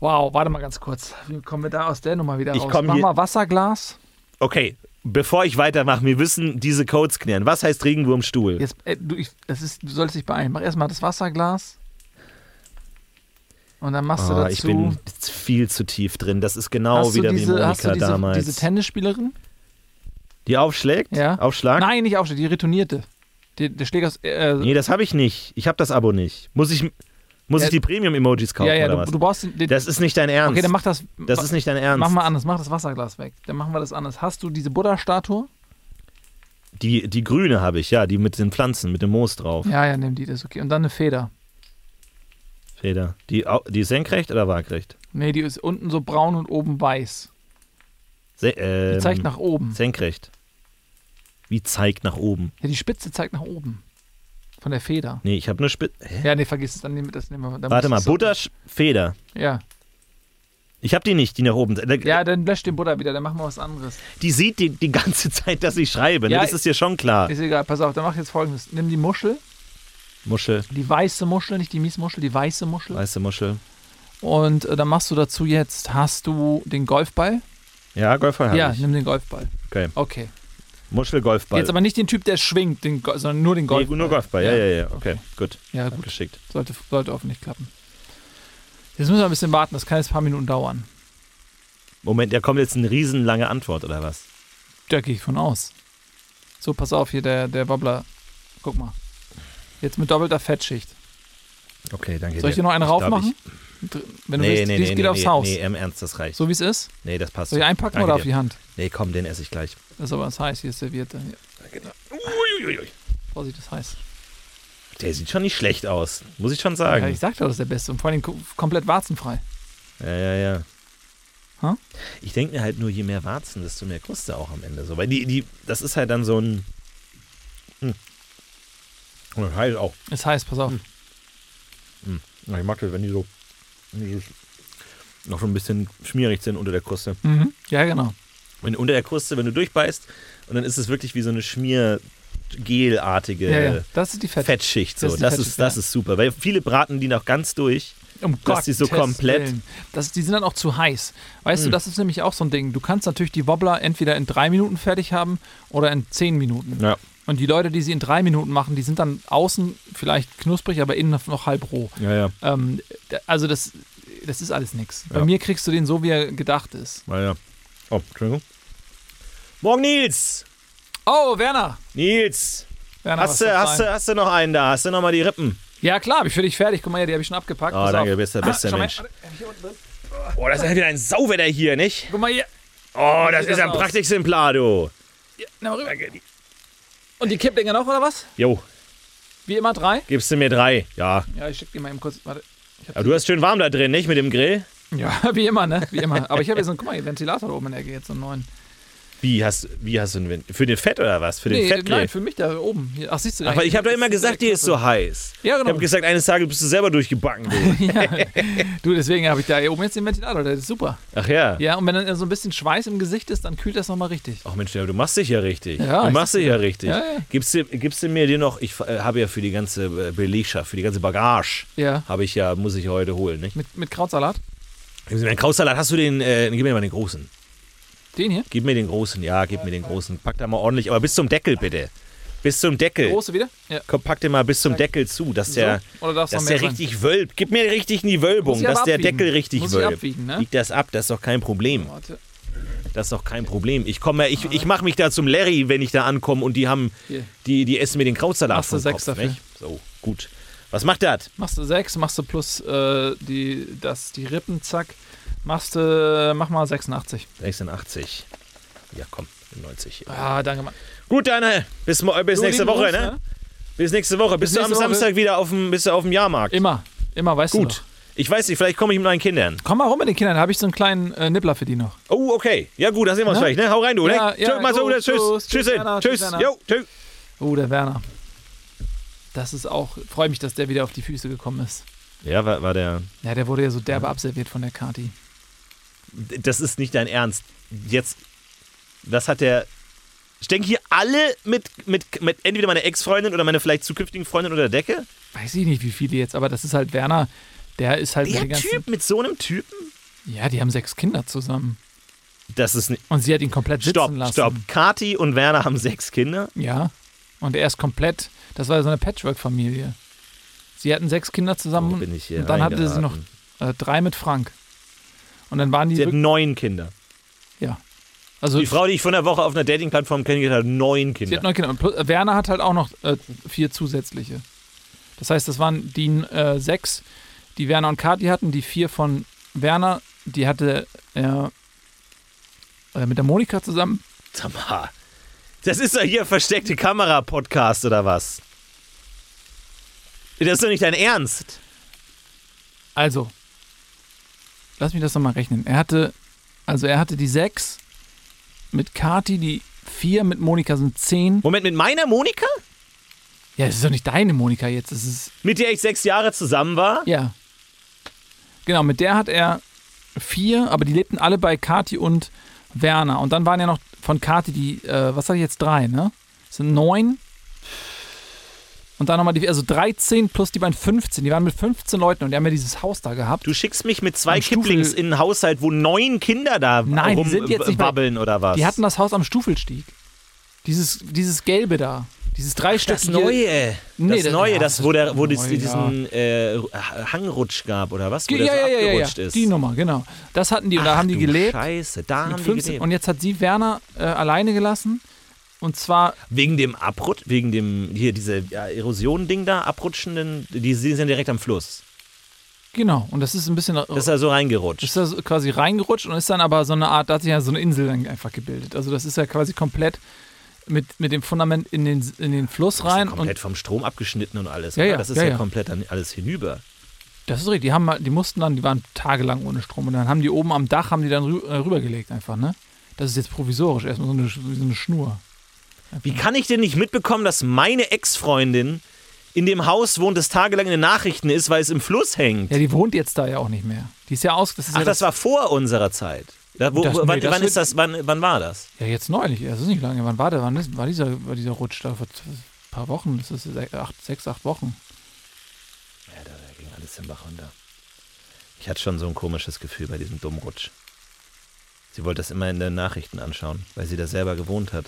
Speaker 4: Wow, warte mal ganz kurz. Wie kommen wir da aus der Nummer wieder
Speaker 3: Ich
Speaker 4: raus?
Speaker 3: komm
Speaker 4: Mach
Speaker 3: hier-
Speaker 4: mal Wasserglas.
Speaker 3: Okay, bevor ich weitermache, wir müssen diese Codes klären. Was heißt Regenwurmstuhl?
Speaker 4: Jetzt, äh, du, ich, das ist, du sollst dich beeilen. Mach erstmal das Wasserglas. Und dann machst du
Speaker 3: Ah,
Speaker 4: dazu.
Speaker 3: ich bin viel zu tief drin. Das ist genau
Speaker 4: hast
Speaker 3: wieder
Speaker 4: du diese,
Speaker 3: wie
Speaker 4: hast du
Speaker 3: Monika
Speaker 4: diese,
Speaker 3: damals.
Speaker 4: diese Tennisspielerin?
Speaker 3: die aufschlägt?
Speaker 4: Ja.
Speaker 3: Aufschlag?
Speaker 4: Nein, nicht Aufschlag, die retournierte. Die, der Schläger ist. Äh,
Speaker 3: Nee, das habe ich nicht. Ich habe das Abo nicht. Muss ich, muss
Speaker 4: Ja.
Speaker 3: ich die Premium-Emojis kaufen
Speaker 4: ja, ja,
Speaker 3: oder
Speaker 4: du,
Speaker 3: was?
Speaker 4: du brauchst den. den
Speaker 3: das ist nicht dein Ernst.
Speaker 4: okay, dann mach das.
Speaker 3: das ist nicht dein Ernst.
Speaker 4: Mach mal anders, mach das Wasserglas weg. Dann machen wir das anders. Hast du diese Buddha-Statue?
Speaker 3: die, die grüne habe ich, ja, die mit den Pflanzen, mit dem Moos drauf.
Speaker 4: Ja, ja, nimm die, das ist okay. Und dann eine Feder.
Speaker 3: Feder. Die, au- die ist senkrecht oder waagrecht?
Speaker 4: Nee, die ist unten so braun und oben weiß.
Speaker 3: Se,
Speaker 4: Die
Speaker 3: ähm,
Speaker 4: zeigt nach oben.
Speaker 3: Senkrecht. Wie zeigt nach oben?
Speaker 4: Ja, die Spitze zeigt nach oben. Von der Feder.
Speaker 3: Nee, ich habe eine Spitze. Hä?
Speaker 4: Ja, nee, vergiss es, dann nehmen wir das. Nehmen wir, dann
Speaker 3: Warte mal,
Speaker 4: musst du-
Speaker 3: Buddha, Feder.
Speaker 4: Ja.
Speaker 3: Ich habe die nicht, die nach oben. Da-
Speaker 4: ja, dann lösch den Buddha wieder, dann machen wir was anderes.
Speaker 3: Die sieht die, die ganze [LAUGHS] Zeit, dass ich schreibe. Ne?
Speaker 4: Ja,
Speaker 3: das ist dir schon klar.
Speaker 4: Ist egal, pass auf, dann mach jetzt folgendes. Nimm die Muschel,
Speaker 3: Muschel,
Speaker 4: die weiße Muschel, nicht die Miesmuschel, die weiße Muschel.
Speaker 3: weiße Muschel.
Speaker 4: Und äh, dann machst du dazu jetzt, hast du den Golfball?
Speaker 3: Ja, Golfball habe
Speaker 4: ja,
Speaker 3: ich.
Speaker 4: nimm den Golfball.
Speaker 3: Okay.
Speaker 4: Okay.
Speaker 3: Muschel, Golfball.
Speaker 4: Jetzt aber nicht den Typ, der schwingt, den Go sondern nur den Golfball.
Speaker 3: Nee, nur Golfball. Ja,
Speaker 4: Ja.
Speaker 3: ja, ja. Okay, gut.
Speaker 4: Ja, gut.
Speaker 3: Geschickt.
Speaker 4: Sollte, sollte hoffentlich klappen. Jetzt müssen wir ein bisschen warten, das kann jetzt ein paar Minuten dauern.
Speaker 3: Moment, da kommt jetzt eine riesenlange Antwort, oder was?
Speaker 4: Da gehe ich von aus. So, pass auf, hier der, der Wobbler. Guck mal. Jetzt mit doppelter Fettschicht.
Speaker 3: Okay, danke.
Speaker 4: Soll ich
Speaker 3: dir
Speaker 4: hier noch einen
Speaker 3: Ich glaub,
Speaker 4: raufmachen?
Speaker 3: ich-
Speaker 4: Dr- Wenn du
Speaker 3: nee,
Speaker 4: willst,
Speaker 3: nee,
Speaker 4: dies
Speaker 3: nee,
Speaker 4: geht
Speaker 3: nee,
Speaker 4: aufs
Speaker 3: nee,
Speaker 4: Haus.
Speaker 3: Nee, im Ernst, das reicht.
Speaker 4: So wie es ist.
Speaker 3: nee, das passt.
Speaker 4: Soll ich einpacken
Speaker 3: Danke
Speaker 4: oder auf
Speaker 3: dir.
Speaker 4: die Hand?
Speaker 3: Nee, komm, den esse ich gleich.
Speaker 4: Das ist aber was heiß, hier ist Serviette. Ja.
Speaker 3: Uiuiui.
Speaker 4: Vorsicht, das heiß.
Speaker 3: Der sieht schon nicht schlecht aus, muss ich schon
Speaker 4: Ja,
Speaker 3: sagen.
Speaker 4: ich sag dir, das ist der Beste. Und vor allem ko- komplett warzenfrei.
Speaker 3: Ja, ja, ja.
Speaker 4: Hm?
Speaker 3: Ich denke mir halt nur, je mehr Warzen, desto mehr Kruste auch am Ende. So, weil die, die, das ist halt dann so ein. Hm. Und das heilt auch.
Speaker 4: Ist heiß, pass
Speaker 3: Hm.
Speaker 4: auf.
Speaker 3: Ich mag das, wenn die so. wenn die so- noch so ein bisschen schmierig sind unter der Kruste.
Speaker 4: Mhm. Ja, genau.
Speaker 3: Wenn unter der Kruste, wenn du durchbeißt, und dann ist es wirklich wie so eine schmiergelartige
Speaker 4: Ja, ja. Das ist die Fett.
Speaker 3: Fettschicht. So.
Speaker 4: Das
Speaker 3: Das,
Speaker 4: ist die
Speaker 3: ist,
Speaker 4: Fettschicht,
Speaker 3: das
Speaker 4: ja.
Speaker 3: ist super. Weil viele braten die noch ganz durch.
Speaker 4: Um
Speaker 3: Dass die so
Speaker 4: Gottes
Speaker 3: komplett- Hm.
Speaker 4: Willen. Das, die sind dann auch zu heiß. Weißt du, das ist nämlich auch so ein Ding. Du kannst natürlich die Wobbler entweder in drei Minuten fertig haben oder in zehn Minuten.
Speaker 3: Ja.
Speaker 4: Und die Leute, die sie in drei Minuten machen, die sind dann außen vielleicht knusprig, aber innen noch halb roh.
Speaker 3: Ja, ja.
Speaker 4: Ähm, d- also das, das ist alles nichts. Bei
Speaker 3: Ja.
Speaker 4: mir kriegst du den so, wie er gedacht ist.
Speaker 3: Ja, ja. Oh, Entschuldigung. Morgen, Nils!
Speaker 4: Oh, Werner!
Speaker 3: Nils!
Speaker 4: Werner was
Speaker 3: Hast du,
Speaker 4: soll's
Speaker 3: hast,
Speaker 4: sein?
Speaker 3: du, hast du noch einen da? Hast du noch mal die Rippen?
Speaker 4: Ja klar, hab ich für dich fertig. Guck mal hier, die habe ich schon abgepackt.
Speaker 3: Oh,
Speaker 4: Pass
Speaker 3: danke, du
Speaker 4: auf. Ah,
Speaker 3: bist der beste
Speaker 4: Schau mal,
Speaker 3: Mensch.
Speaker 4: warte, hab ich hier unten drin?
Speaker 3: Oh, das ist ja wieder ein Sauwetter hier, nicht?
Speaker 4: Guck mal hier.
Speaker 3: Oh, das
Speaker 4: sieht
Speaker 3: ist
Speaker 4: das
Speaker 3: ein
Speaker 4: aus?
Speaker 3: Prachtexemplar, du.
Speaker 4: Ja, nimm mal rüber. Und die Kippdinger noch, oder was?
Speaker 3: Jo,
Speaker 4: Wie immer drei?
Speaker 3: gibst du mir drei? Ja.
Speaker 4: Ja, ich schick dir mal eben kurz. Warte.
Speaker 3: Aber du hast schön warm da drin, nicht? Mit dem Grill?
Speaker 4: Ja, [LAUGHS] wie immer, ne? Wie immer. Aber ich habe hier so
Speaker 3: [LAUGHS]
Speaker 4: einen, guck mal, hier, Ventilator da oben in der Ecke, jetzt so einen neuen.
Speaker 3: Wie hast, wie hast du einen Wind? Für den Fett oder was? Für den Fettgrill?
Speaker 4: nein, für mich da oben. Hier, Ach, siehst du da?
Speaker 3: Aber ich habe doch immer gesagt, die ist so heiß.
Speaker 4: Ja, genau.
Speaker 3: Ich habe gesagt, eines Tages bist du selber durchgebacken.
Speaker 4: [LAUGHS]
Speaker 3: Du.
Speaker 4: ja. Du, deswegen habe ich da hier oben jetzt den Ventilator, der ist super.
Speaker 3: Ach ja.
Speaker 4: Ja, und wenn dann so ein bisschen Schweiß im Gesicht ist, dann kühlt das nochmal richtig.
Speaker 3: Ach Mensch, ja, du machst dich ja richtig.
Speaker 4: Ja,
Speaker 3: du
Speaker 4: ich-
Speaker 3: machst dich ja richtig.
Speaker 4: Ja, ja.
Speaker 3: Gibst, du, gibst du mir dir noch, ich äh, habe ja für die ganze äh, Belegschaft, für die ganze Bagage,
Speaker 4: Ja.
Speaker 3: habe ich ja, muss ich heute holen, nicht?
Speaker 4: Mit, mit Krautsalat?
Speaker 3: Gib mir einen Krautsalat. Hast du den? Äh, gib mir mal den großen.
Speaker 4: Den hier?
Speaker 3: Gib mir den großen. Ja, gib mir den großen. Pack da mal ordentlich. Aber bis zum Deckel bitte. Bis zum Deckel.
Speaker 4: Große wieder? Ja.
Speaker 3: Komm, pack den mal bis zum Deckel zu, dass der,
Speaker 4: Oder darf's
Speaker 3: dass
Speaker 4: noch mehr
Speaker 3: der
Speaker 4: sein?
Speaker 3: richtig wölbt. Gib mir richtig in die
Speaker 4: Muss
Speaker 3: Wölbung,
Speaker 4: ich aber
Speaker 3: dass der
Speaker 4: abwiegen.
Speaker 3: Deckel richtig
Speaker 4: Muss ich
Speaker 3: wölbt.
Speaker 4: abwiegen, ne?
Speaker 3: Wieg das ab, das ist doch kein Problem.
Speaker 4: Warte.
Speaker 3: Das ist doch kein Problem. Ich komme, ich, ich mache mich da zum Larry, wenn ich da ankomme und die haben,
Speaker 4: Hier.
Speaker 3: die, die essen mir den Krautsalat
Speaker 4: Machst du
Speaker 3: vom
Speaker 4: sechs
Speaker 3: Kopf,
Speaker 4: dafür.
Speaker 3: nicht? So, gut. Was macht das?
Speaker 4: Machst du sechs, machst du plus äh, die, das, die Rippen, zack. Machst du, mach mal 86.
Speaker 3: 86. Ja, komm, 90. hier.
Speaker 4: Ah, danke, Mann.
Speaker 3: Gut, Daniel. Bis, mo- bis
Speaker 4: Du,
Speaker 3: nächste
Speaker 4: lieben
Speaker 3: Woche,
Speaker 4: Gruß,
Speaker 3: ne? Bis nächste Woche. Bist
Speaker 4: Bis
Speaker 3: du am
Speaker 4: nächste Woche.
Speaker 3: Samstag wieder auf dem, bist du auf dem Jahrmarkt?
Speaker 4: Immer, immer, weißt du.
Speaker 3: Gut.
Speaker 4: Doch.
Speaker 3: Ich weiß nicht, vielleicht komme ich mit meinen Kindern.
Speaker 4: Komm mal rum mit den Kindern, da habe ich so einen kleinen äh, Nippler für die noch.
Speaker 3: Oh, okay. Ja, gut, da sehen wir uns
Speaker 4: Ne?
Speaker 3: gleich, ne? Hau rein, du,
Speaker 4: Ja,
Speaker 3: ne?
Speaker 4: ja,
Speaker 3: Tschö, mach's
Speaker 4: gut,
Speaker 3: gut, tschüss.
Speaker 4: tschüss,
Speaker 3: Tschüss,
Speaker 4: Werner,
Speaker 3: tschüss.
Speaker 4: tschüss, Werner.
Speaker 3: Jo, tschüss.
Speaker 4: Oh, der Werner. Das ist auch, freue mich, dass der wieder auf die Füße gekommen ist.
Speaker 3: Ja, war, war der.
Speaker 4: Ja, der wurde ja so derbe abserviert von der Kati.
Speaker 3: das ist nicht dein Ernst. Jetzt, das hat der. Ich denke hier alle mit, mit, mit entweder meiner Ex-Freundin oder meiner vielleicht zukünftigen Freundin unter der Decke.
Speaker 4: Weiß ich nicht, wie viele jetzt, aber das ist halt Werner. Der ist halt mit
Speaker 3: Der
Speaker 4: den ganzen.
Speaker 3: Typ mit so einem Typen?
Speaker 4: Ja, die haben sechs Kinder zusammen.
Speaker 3: Das ist nicht.
Speaker 4: Und sie hat ihn komplett sitzen
Speaker 3: Stopp,
Speaker 4: lassen.
Speaker 3: stopp. Kati und Werner haben sechs Kinder.
Speaker 4: Ja. Und er ist komplett. Das war so eine Patchwork-Familie. Sie hatten sechs Kinder zusammen.
Speaker 3: Wo Oh, bin ich hier
Speaker 4: und dann hatte sie noch
Speaker 3: reingeraten?
Speaker 4: äh, drei mit Frank. Und dann waren die.
Speaker 3: Sie hat
Speaker 4: wirklich-
Speaker 3: neun Kinder.
Speaker 4: ja. Also,
Speaker 3: Die Frau, die ich vor einer Woche auf einer Dating-Plattform kennengelernt habe, hat neun
Speaker 4: sie hat
Speaker 3: Kinder.
Speaker 4: neun Kinder. Und plus, äh, Werner hat halt auch noch äh, vier zusätzliche. Das heißt, das waren die äh, sechs, die Werner und Kathi hatten. Die vier von Werner, die hatte er äh, mit der Monika zusammen.
Speaker 3: Sag mal, Das ist doch hier versteckte Kamera-Podcast oder was? Das ist doch nicht dein Ernst.
Speaker 4: Also, lass mich das nochmal rechnen. Er hatte, also er hatte die sechs mit Kati, die vier mit Monika sind zehn.
Speaker 3: Moment, mit meiner Monika?
Speaker 4: Ja, das ist doch nicht deine Monika jetzt. Das ist,
Speaker 3: Mit der ich sechs Jahre zusammen war?
Speaker 4: ja. Genau, mit der hat er vier, aber die lebten alle bei Kati und Werner. Und dann waren ja noch von Kati die, äh, was hatte ich jetzt, drei, ne? Das sind neun. Und dann nochmal die, also 13 plus die beiden 15. Die waren mit 15 Leuten und die haben ja dieses Haus da gehabt.
Speaker 3: Du schickst mich mit zwei
Speaker 4: Am Stufen-
Speaker 3: Kipplings in einen Haushalt, wo neun Kinder da
Speaker 4: Nein, die sind jetzt nicht bei-
Speaker 3: rumbabbeln oder was?
Speaker 4: Die hatten das Haus am Stufelstieg. Dieses, dieses Gelbe da. Dieses
Speaker 3: das
Speaker 4: dreistöckige.
Speaker 3: Neue.
Speaker 4: Nee,
Speaker 3: das
Speaker 4: das-
Speaker 3: Neue,
Speaker 4: ja,
Speaker 3: das,
Speaker 4: das
Speaker 3: wo,
Speaker 4: ist
Speaker 3: der, wo
Speaker 4: neu,
Speaker 3: das,
Speaker 4: ja.
Speaker 3: diesen äh, Hangrutsch gab oder was? Wo
Speaker 4: Ge-
Speaker 3: der
Speaker 4: Ja,
Speaker 3: so
Speaker 4: ja, ja, ja,
Speaker 3: abgerutscht
Speaker 4: ja.
Speaker 3: ist.
Speaker 4: Die Nummer, genau. Das hatten die und da
Speaker 3: Ach
Speaker 4: haben die
Speaker 3: du
Speaker 4: gelebt.
Speaker 3: Scheiße, da
Speaker 4: mit
Speaker 3: haben die
Speaker 4: 15.
Speaker 3: gelebt.
Speaker 4: Und jetzt hat sie Werner äh, alleine gelassen. Und zwar,
Speaker 3: Wegen dem Abrutsch, wegen dem, hier, diese ja, Erosion-Ding da, abrutschenden, die, die sind direkt am Fluss.
Speaker 4: genau, und das ist ein bisschen.
Speaker 3: Das ist ja so reingerutscht.
Speaker 4: ist da so quasi reingerutscht und ist dann aber so eine Art, da hat sich ja so eine Insel dann einfach gebildet. Also das ist ja quasi komplett mit, mit dem Fundament in den, in den Fluss
Speaker 3: Das ist ja
Speaker 4: rein. und
Speaker 3: komplett vom Strom abgeschnitten und alles.
Speaker 4: Ja,
Speaker 3: oder?
Speaker 4: ja,
Speaker 3: das ist
Speaker 4: ja,
Speaker 3: ja,
Speaker 4: ja.
Speaker 3: komplett dann alles hinüber.
Speaker 4: Das ist richtig. Die, haben, mal- die mussten dann, die waren tagelang ohne Strom. Und dann haben die oben am Dach, haben die dann rü äh, rübergelegt einfach, ne? Das ist jetzt provisorisch, erstmal so eine, Sch- so eine Schnur.
Speaker 3: Wie kann ich denn nicht mitbekommen, dass meine Ex-Freundin in dem Haus wohnt, das tagelang in den Nachrichten ist, weil es im Fluss hängt?
Speaker 4: Ja, die wohnt jetzt da ja auch nicht mehr. Die ist ja aus. Das ist
Speaker 3: Ach,
Speaker 4: ja,
Speaker 3: das war vor unserer Zeit. Da, wo,
Speaker 4: Das-
Speaker 3: wo-
Speaker 4: nee,
Speaker 3: wann,
Speaker 4: das
Speaker 3: wann,
Speaker 4: wird-
Speaker 3: ist das, wann, wann war das?
Speaker 4: ja jetzt neulich. Das ist nicht lange. Wann war der? Wann ist, war, dieser, war dieser Rutsch da? Vor ein paar Wochen. Das ist se- acht, sechs, acht Wochen.
Speaker 3: Ja, da, da ging alles im Bach runter. Ich hatte schon so ein komisches Gefühl bei diesem dummen Rutsch. Sie wollte das immer in den Nachrichten anschauen, weil sie da selber gewohnt hat.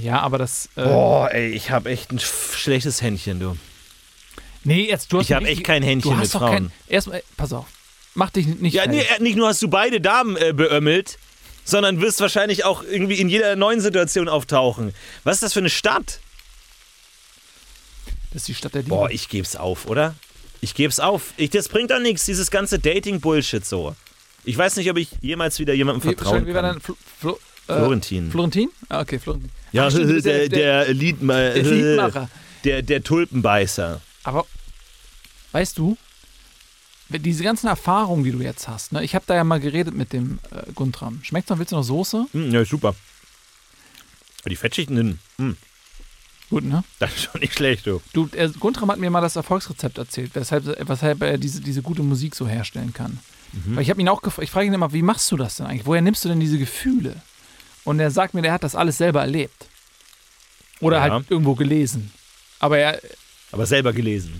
Speaker 4: Ja, aber das. Äh,
Speaker 3: Boah, ey, ich habe echt ein sch- schlechtes Händchen, du.
Speaker 4: Nee, jetzt du hast
Speaker 3: Ich hab
Speaker 4: nicht-
Speaker 3: echt kein Händchen
Speaker 4: du hast
Speaker 3: mit
Speaker 4: doch
Speaker 3: Frauen.
Speaker 4: Kein, erstmal, pass auf. Mach dich nicht.
Speaker 3: Ja, nee, äh,
Speaker 4: fertig.
Speaker 3: nicht nur hast du beide Damen äh, beömmelt, sondern wirst wahrscheinlich auch irgendwie in jeder neuen Situation auftauchen. Was ist das für eine Stadt?
Speaker 4: Das ist die Stadt der Liebe.
Speaker 3: Boah, ich geb's auf, oder? Ich geb's auf. Ich, das bringt doch nichts, dieses ganze Dating-Bullshit so. Ich weiß nicht, ob ich jemals wieder jemandem
Speaker 4: Wie-
Speaker 3: vertrauen
Speaker 4: wie war
Speaker 3: kann.
Speaker 4: dann Flo, Flo, äh,
Speaker 3: Florentin.
Speaker 4: Florentin? Ah, okay, Florentin.
Speaker 3: ja, [LAUGHS]
Speaker 4: Ach, stimmt,
Speaker 3: der,
Speaker 4: das ist ja
Speaker 3: der, der, Liedma
Speaker 4: der Liedmacher.
Speaker 3: der, der Tulpenbeißer.
Speaker 4: Aber weißt du, wenn diese ganzen Erfahrungen, die du jetzt hast, ne, ich habe da ja mal geredet mit dem äh, Guntram. Schmeckt's noch? Willst du noch Soße?
Speaker 3: Hm, ja, super. Aber Die Fettschichten sind, hm,
Speaker 4: Gut, ne?
Speaker 3: das ist schon nicht schlecht, du.
Speaker 4: Du, er, Guntram hat mir mal das Erfolgsrezept erzählt, weshalb, weshalb er diese, diese gute Musik so herstellen kann.
Speaker 3: Mhm.
Speaker 4: Weil ich habe ihn auch gefragt, ich frage ihn immer, wie machst du das denn eigentlich? Woher nimmst du denn diese Gefühle? Und er sagt mir, der hat das alles selber erlebt. Oder
Speaker 3: Ja.
Speaker 4: halt irgendwo gelesen. Aber er,
Speaker 3: Aber selber gelesen.